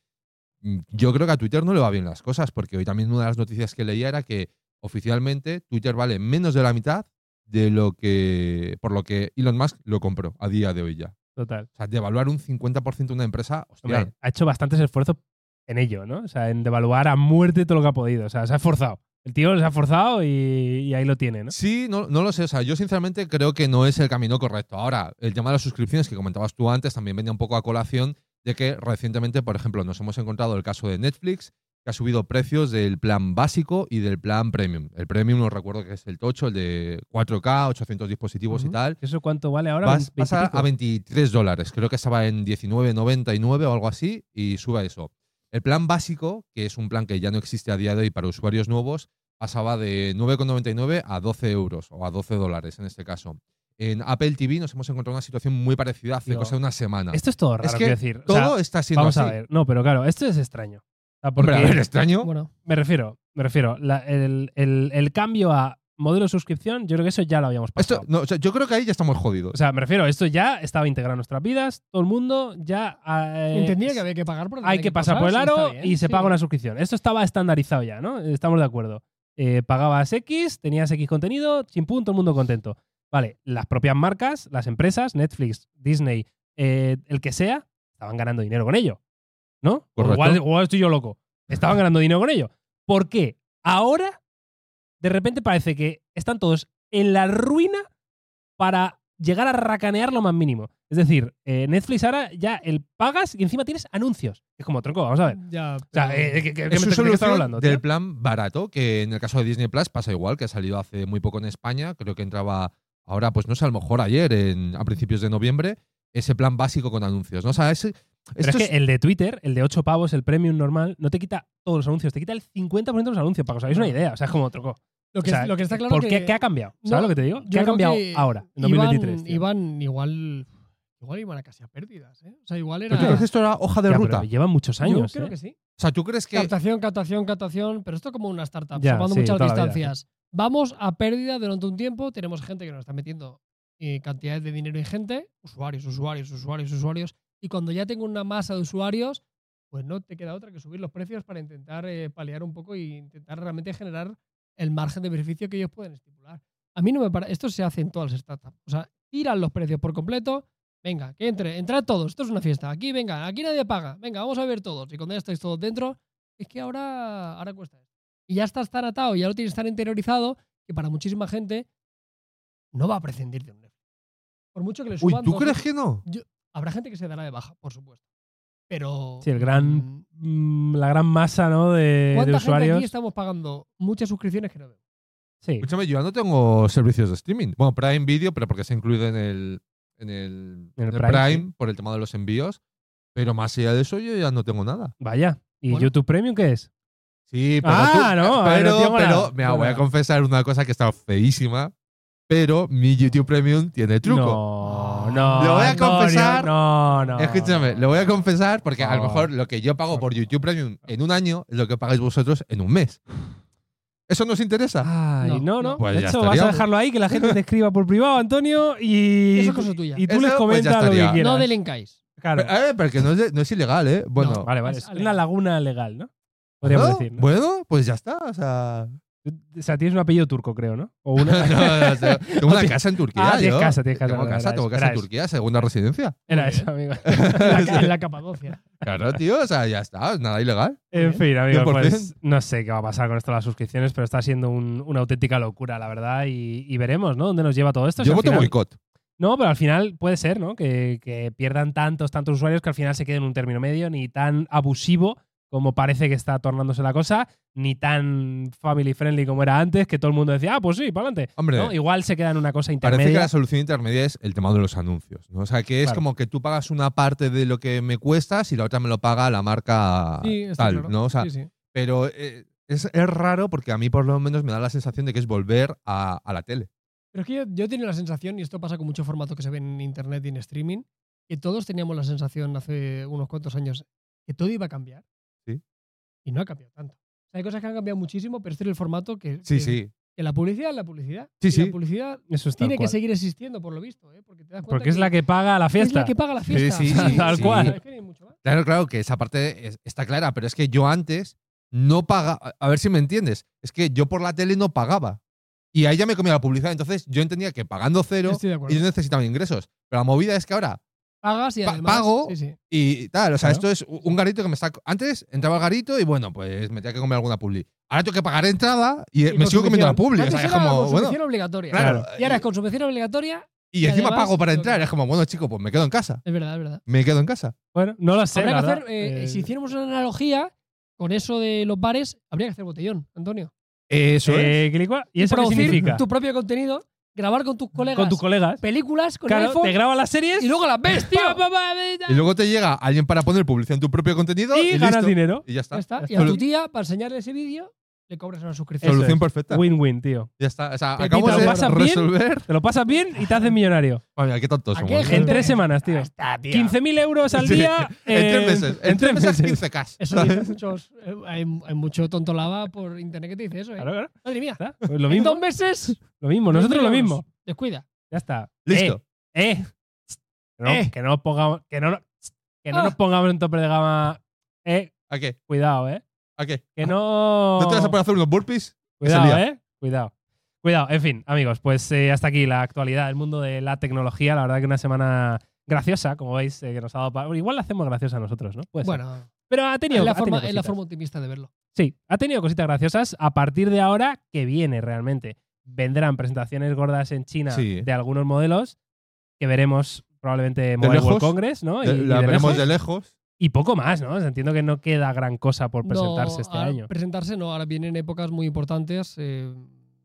S3: mm, yo creo que a Twitter no le va bien las cosas, porque hoy también una de las noticias que leía era que oficialmente Twitter vale menos de la mitad de lo que por lo que Elon Musk lo compró a día de hoy ya.
S1: Total.
S3: O sea, devaluar un 50% una empresa, hostia,
S1: Hombre, ha hecho bastantes esfuerzos en ello, ¿no? O sea, en devaluar a muerte todo lo que ha podido. O sea, se ha esforzado. El tío se ha esforzado y, y ahí lo tiene, ¿no?
S3: Sí, no, no lo sé. O sea, yo sinceramente creo que no es el camino correcto. Ahora, el tema de las suscripciones que comentabas tú antes también venía un poco a colación de que recientemente, por ejemplo, nos hemos encontrado el caso de Netflix, que ha subido precios del plan básico y del plan premium. El premium, no recuerdo que es el tocho, el de 4K, 800 dispositivos y
S1: Ujú.
S3: tal.
S1: ¿Eso cuánto vale ahora?
S3: Vas,
S1: 20 y
S3: pasa
S1: pico.
S3: a 23 dólares. Creo que estaba en 19.99 o algo así y sube a eso. El plan básico, que es un plan que ya no existe a día de hoy para usuarios nuevos, pasaba de 9,99 a 12 euros o a 12 dólares en este caso. En Apple TV nos hemos encontrado una situación muy parecida hace
S1: Tío,
S3: cosa de una semana.
S1: Esto es todo raro,
S3: Es que
S1: quiero decir. O sea,
S3: Todo está siendo
S1: vamos
S3: así.
S1: a ver. No, pero claro, esto es extraño. O sea, porque
S3: Hombre, a ver, extraño.
S2: Bueno,
S1: me refiero, me refiero, la- el, el- el cambio a modelo de suscripción, yo creo que eso ya lo habíamos pasado.
S3: Esto, no, o sea, yo creo que ahí ya estamos jodidos.
S1: o sea, me refiero, esto ya estaba integrado en nuestras vidas, todo el mundo ya... eh,
S2: entendía que había que pagar por
S1: hay que pasar por el aro y se paga
S2: una
S1: una suscripción. Esto estaba estandarizado ya, ¿no? Estamos de acuerdo. Eh, pagabas X, tenías X contenido, sin punto, todo el mundo contento. Vale, las propias marcas, las empresas, Netflix, Disney, eh, el que sea, estaban ganando dinero con ello, ¿no? O
S3: Correcto.
S1: Igual, igual estoy yo loco. Estaban ganando dinero con ello. ¿Por qué? Ahora, de repente parece que están todos en la ruina para llegar a racanear lo más mínimo. Es decir, eh, Netflix ahora ya el pagas y encima tienes anuncios. Es como tronco, vamos a ver. O
S2: Ya,
S1: sea,
S2: pero-
S1: eh, ¿qué- qué- qué
S3: Es
S1: me- de qué
S3: una
S1: estás
S3: solución
S1: hablando? tío?
S3: del plan barato, que en el caso de Disney Plus pasa igual, que ha salido hace muy poco en España, creo que entraba ahora, pues no sé, a lo mejor ayer, en, a principios de noviembre, ese plan básico con anuncios. ¿no? O sea, ese-
S1: Pero es
S3: esto
S1: que
S3: es-
S1: el de Twitter, el de 8 pavos, el premium normal, no te quita todos los anuncios, te quita el 50% de los anuncios, para que os hagáis una idea. O sea, es como tronco.
S2: lo, que,
S1: O sea,
S2: lo que está claro
S1: ¿por
S2: que,
S1: qué, ¿Qué ha cambiado?
S2: No,
S1: ¿Sabes lo que te digo?
S2: yo
S1: ¿Qué ha
S2: creo
S1: cambiado
S2: que
S1: ahora, en 2023?
S2: Iban,
S1: tío?
S2: iban igual, igual iban a casi a pérdidas, ¿eh? O sea, igual
S3: ¿Pero
S2: era...
S3: tú crees que esto era hoja de
S1: Ya, pero
S3: ruta?
S1: llevan muchos años.
S2: Yo creo
S1: ¿eh?
S2: que sí.
S3: O sea, ¿tú crees que
S2: Captación, captación, captación, pero esto como una startup,
S1: Ya,
S2: salvando
S1: sí,
S2: muchas
S1: toda la vida,
S2: distancias. Vamos a pérdida durante un tiempo, tenemos gente que nos está metiendo eh, cantidades de dinero ingente, usuarios, usuarios, usuarios, usuarios, y cuando ya tengo una masa de usuarios, pues no te queda otra que subir los precios para intentar eh, paliar un poco y intentar realmente generar el margen de beneficio que ellos pueden estipular. A mí no me parece, esto se hace en todas las startups, o sea, tiran los precios por completo, venga, que entre, entrad todos, esto es una fiesta, aquí venga, aquí nadie paga, venga, vamos a ver todos, y cuando ya estáis todos dentro, es que ahora, ahora cuesta esto. Y ya estás tan atado, ya lo tienes tan interiorizado, que para muchísima gente no va a prescindir de un Netflix. Por mucho que le
S3: Uy,
S2: suban...
S3: ¿tú
S2: dos-
S3: crees que no?
S2: Habrá gente que se dará de baja, por supuesto. Pero...
S1: Sí, el gran-
S2: mm,
S1: Mm, la gran masa ¿no? de, de
S2: ¿Cuánta gente
S1: usuarios.
S2: aquí estamos pagando muchas suscripciones que no vemos?
S1: Sí.
S3: Escúchame, yo ya no tengo servicios de streaming. Bueno, Prime Video, pero porque se ha incluido en el, en el,
S1: En el
S3: en el
S1: Prime,
S3: Prime, por el tema de los envíos. Pero más allá de eso, yo ya no tengo nada.
S1: Vaya. ¿Y
S2: Bueno.
S1: YouTube Premium qué es?
S3: Sí, pero
S1: Ah,
S3: tú-
S1: no, a ver, no
S3: pero,
S1: tengo
S3: pero
S1: nada.
S3: me
S1: No,
S3: voy a
S1: nada.
S3: confesar una cosa que está feísima, pero mi YouTube Premium tiene truco.
S1: No, no.
S3: Lo voy a
S1: Antonio,
S3: confesar.
S1: No, no.
S3: Escúchame, lo voy a confesar porque a lo
S1: No.
S3: mejor lo que yo pago por YouTube Premium en un año es lo que pagáis vosotros en un mes. ¿Eso nos interesa?
S1: Ay, no, no.
S2: No,
S3: Pues
S1: de
S3: ya
S1: hecho, vas
S3: estaría.
S1: a dejarlo ahí, que la gente te escriba por privado, Antonio, y,
S2: Eso es cosa tuya.
S1: y tú
S3: Eso,
S1: les
S3: pues,
S1: comentas
S3: ya
S1: lo que
S3: estaría.
S1: quieras.
S2: No delinquáis.
S1: Claro.
S3: Pero, eh, porque no es, no es ilegal, ¿eh? Bueno,
S2: No,
S1: Vale, vale.
S2: Es
S1: Es
S2: legal.
S1: una laguna legal, ¿no? Podríamos
S3: ¿no?
S1: decir. ¿no?
S3: Bueno, pues ya está. O sea,
S1: O sea, tienes un apellido turco, creo, ¿no? O una.
S3: No, no, no, tengo
S1: Ah,
S3: una
S1: ti-
S3: casa en Turquía.
S1: ah, tienes
S3: yo.
S1: casa, tienes casa,
S3: Tengo
S1: vale,
S3: casa,
S1: vale,
S3: tengo
S1: espera,
S3: casa en
S1: es-
S3: Turquía, segunda residencia.
S1: Era eso, amigo.
S2: En la, en la Capadocia.
S3: Claro, tío, o sea, ya está, nada ilegal.
S1: En
S2: Bien.
S1: fin, amigos,
S3: 100%.
S1: pues no sé qué va a pasar con esto de las suscripciones, pero está siendo un- una auténtica locura, la verdad, y, y veremos, ¿no? ¿Dónde nos lleva todo esto? Si
S3: Yo
S1: al
S3: voto
S1: final-
S3: boicot.
S1: No, pero al final puede ser, ¿no? Que, que pierdan tantos, tantos usuarios que al final se quede en un término medio, ni tan abusivo como parece que está tornándose la cosa, ni tan family friendly como era antes, que todo el mundo decía, ah, pues sí, para adelante.
S3: Hombre,
S1: Igual se queda en una cosa
S3: parece que
S1: intermedia.
S3: la solución intermedia es el tema de los anuncios. ¿no? O sea, que es
S1: Claro.
S3: como que tú pagas una parte de lo que me cuesta y la otra me lo paga la marca
S2: Sí, está
S3: tal,
S2: claro.
S3: ¿no? O sea,
S2: Sí, sí.
S3: pero eh, es, es raro porque a mí por lo menos me da la sensación de que es volver a, a la tele.
S2: Pero es que yo, yo tengo la sensación, y esto pasa con muchos formatos que se ven en internet y en streaming, que todos teníamos la sensación hace unos cuantos años que todo iba a cambiar.
S3: Sí.
S2: Y no ha cambiado tanto. O sea, hay cosas que han cambiado muchísimo, pero este es el formato que,
S3: Sí,
S2: que-
S3: sí.
S2: que la publicidad es la publicidad.
S3: Sí,
S2: Y
S3: sí.
S2: La publicidad
S1: Eso es tal
S2: tiene que
S1: cual.
S2: seguir existiendo, por lo visto, ¿eh? porque te das cuenta
S1: Porque es la que paga la
S2: que es
S1: fiesta.
S2: la que paga la
S3: Sí,
S2: fiesta.
S3: sí,
S1: sí, Tal sí. cual.
S2: Es que ni mucho más.
S3: Claro, claro, que esa parte es- está clara, pero es que yo antes no pagaba. A, a ver si me entiendes. Es que yo por la tele no pagaba. Y ahí ya me comía la publicidad. Entonces yo entendía que pagando cero
S2: Estoy de
S3: yo
S2: acuerdo.
S3: necesitaba ingresos. Pero la movida es que ahora
S2: Pagas y
S3: pa-
S2: además.
S3: pago
S2: Sí, sí.
S3: Y tal, o sea,
S1: Claro.
S3: esto es un garito que me está. Antes entraba al garito y bueno, pues me tenía que comer alguna publi. Ahora tengo que pagar entrada y, eh,
S2: Y
S3: me sigo comiendo la
S2: consumición.
S3: publi. O
S2: Antes
S3: sea, es
S2: era
S3: como,
S2: consumición
S3: bueno.
S2: obligatoria.
S3: Claro.
S2: Y ahora es consumición obligatoria.
S3: Y encima
S2: además,
S3: pago para
S2: lo que-
S3: entrar. Es como, bueno, chico, pues me quedo en casa.
S2: Es verdad, es verdad.
S3: Me quedo en casa.
S1: Bueno, no lo sé.
S2: habría
S1: la
S2: que hacer,
S1: verdad.
S2: eh,
S1: Eh,
S2: si hiciéramos una analogía con eso de los bares, habría que hacer botellón, Antonio.
S3: Eso es.
S1: eh, Quilicua, ¿Y eso qué
S2: Producir
S1: significa?
S2: tu propio contenido, grabar con tus colegas
S1: Con tus colegas.
S2: películas con el
S1: Claro,
S2: iPhone
S1: te graban las series
S2: y luego las ves, tío.
S1: Pa, pa,
S3: Y luego te llega alguien para poner publicidad en tu propio contenido
S1: y,
S3: y,
S1: ganas
S3: listo.
S1: dinero.
S3: Y ya está.
S2: Ya está. Y
S3: Solu-
S2: a tu tía, para enseñarle ese vídeo, le cobras una suscripción.
S1: Eso
S3: Solución
S1: es.
S3: perfecta.
S1: Win-win, tío.
S3: Ya está. O sea,
S1: Pepita,
S3: acabamos
S2: ¿lo
S3: de
S1: pasas bien?
S3: resolver.
S1: Te lo pasas bien y te haces millonario.
S3: Madre mía, qué tontos
S2: ¿A
S3: somos.
S2: qué
S1: En
S2: gente?
S1: tres semanas, tío.
S2: Ya está, tío.
S1: 15.000 euros al
S3: Sí.
S1: día.
S3: En
S1: eh,
S3: tres meses. En tres meses, 15K.
S2: Eso
S3: ¿sabes?
S2: dicen muchos. eh, hay, hay mucho tontolaba por internet que te dice eso, ¿eh?
S1: Claro, claro.
S2: Madre mía.
S1: Está. Pues lo
S2: En
S1: mismo.
S2: dos meses.
S1: Lo mismo. Nosotros lo
S2: mil euros.
S1: mismo.
S2: Descuida.
S1: Ya está.
S3: Listo.
S1: Eh. eh. Que no-
S2: Eh.
S1: Que no pongamos. Que no, que no
S2: Ah.
S1: nos pongamos en tope de gama. Eh.
S3: ¿A qué?
S1: Cuidado, eh.
S3: ¿A qué?
S1: Que no.
S3: ¿No te vas a poder hacer unos burpees?
S1: Cuidado,
S3: Ese
S1: ¿eh? Cuidado. Cuidado. En fin, amigos, pues eh, hasta aquí la actualidad del mundo de la tecnología. La verdad que una semana graciosa, como veis, eh, que nos ha dado... pa- Bueno, Igual la hacemos graciosa nosotros, ¿no? Pues,
S2: Bueno,
S1: pero ha
S2: es
S1: tenido...
S2: la,
S1: ha tenido
S2: forma, es la
S1: cositas.
S2: forma optimista de verlo.
S1: Sí, ha tenido cositas graciosas. A partir de ahora, que viene realmente. Vendrán presentaciones gordas en China
S3: Sí.
S1: de algunos modelos. que veremos probablemente Mobile World
S3: lejos.
S1: Congress, ¿no? Y,
S3: De-
S1: y de
S3: la veremos
S1: lejos.
S3: de lejos.
S1: Y poco más, ¿no? O sea, Entiendo que no queda gran cosa por
S2: No,
S1: presentarse este
S2: ahora
S1: año.
S2: Presentarse no, ahora vienen épocas muy importantes eh,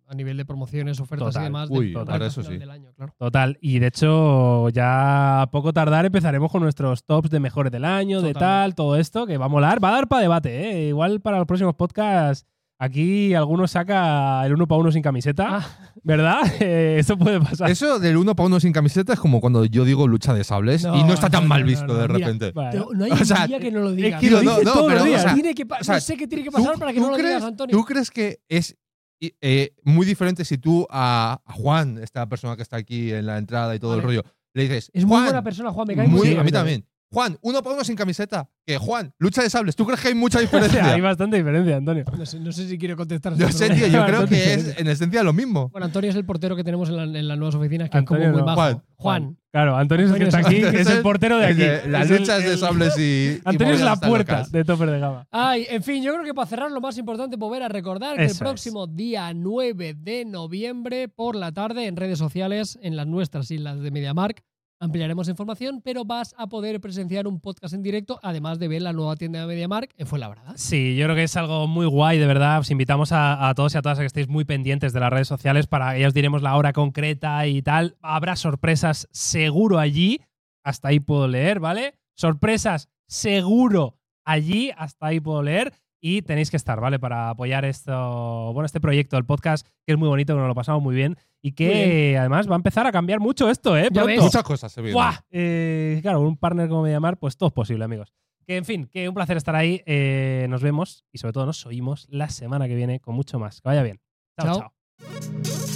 S2: a nivel de promociones, ofertas
S1: Total.
S2: y demás.
S3: Uy,
S2: de,
S1: ahora
S2: recta
S3: eso
S2: final
S3: sí.
S2: Del año, claro.
S1: Total, y de hecho ya a poco tardar empezaremos con nuestros tops de mejores del año, de
S2: Totalmente.
S1: tal, todo esto, que va a molar, va a dar para debate, ¿eh? Igual para los próximos podcasts aquí alguno saca el uno para uno sin camiseta,
S2: Ah.
S1: ¿verdad? Eh, eso puede pasar.
S3: Eso del uno para uno sin camiseta es como cuando yo digo lucha de sables
S2: No,
S3: y no está tan
S2: no,
S3: mal
S2: no,
S3: visto
S2: no, no,
S3: de
S2: mira,
S3: repente.
S1: Vale.
S2: Pero no hay
S3: O
S2: un
S3: sea,
S2: día que no lo diga.
S1: que lo
S2: Tío,
S1: dices
S3: no, no,
S1: todos
S3: pero,
S1: los
S3: o
S1: días.
S3: sea,
S2: tiene que pa-
S3: o sea,
S2: no sé qué tiene que pasar para que no lo
S3: crees,
S2: digas, Antonio.
S3: tú crees que es i- eh, muy diferente si tú a, a Juan, esta persona que está aquí en la entrada y todo el
S2: Vale.
S3: rollo, le dices,
S2: es muy
S3: Juan,
S2: buena persona, Juan, me cae
S3: muy-
S2: muy
S1: bien,
S3: a mí
S1: a mí
S3: también. Juan, uno para uno sin camiseta. Que Juan, lucha de sables. ¿Tú crees que hay mucha
S1: O sea,
S3: diferencia?
S1: hay bastante diferencia, Antonio.
S2: No sé, no sé si quiero contestar.
S3: yo
S2: ese
S3: sé,
S2: problema.
S3: tío, yo creo que
S1: Entonces-
S3: es en esencia lo mismo.
S2: Bueno, Antonio es el portero que tenemos en, la- en las nuevas oficinas, que es como
S1: Antonio
S2: muy
S1: no.
S2: majo.
S3: Juan.
S2: Juan.
S1: Claro, Antonio es el que está aquí, que es el portero de
S3: El
S1: aquí.
S3: de- Las
S1: Es el-
S3: luchas de
S1: el-
S3: sables y. y
S1: Antonio es la
S3: movidas tan
S1: puerta
S3: locas.
S1: de Topper de Gama.
S2: Ay, en fin, yo creo que para cerrar lo más importante volver a recordar que
S1: Eso es.
S2: el próximo día 9 de noviembre por la tarde en redes sociales, en las nuestras y las de MediaMark, ampliaremos información, pero vas a poder presenciar un podcast en directo, además de ver la nueva tienda de MediaMark en Fuenlabrada.
S1: Sí, yo creo que es algo muy guay, de verdad. Os invitamos a, a todos y a todas a que estéis muy pendientes de las redes sociales para ya os diremos la hora concreta y tal. Habrá sorpresas seguro allí. Hasta ahí puedo leer, ¿vale? Sorpresas seguro allí. Hasta ahí puedo leer. Y tenéis que estar, ¿vale? Para apoyar esto, bueno, este proyecto del podcast, que es muy bonito, que nos lo pasamos muy bien. Y que
S2: Muy
S1: además va a empezar a cambiar mucho esto, ¿eh?
S2: Ya
S1: Pronto.
S2: ves.
S3: Muchas cosas, se vienen.
S1: ¡Buah! Eh, claro, un partner como Mediamar, pues todo es posible, amigos. Que en fin, que un placer estar ahí. eh, nos vemos y sobre todo nos oímos la semana que viene con mucho más. Que vaya bien. chao.
S2: Chao.
S1: chao.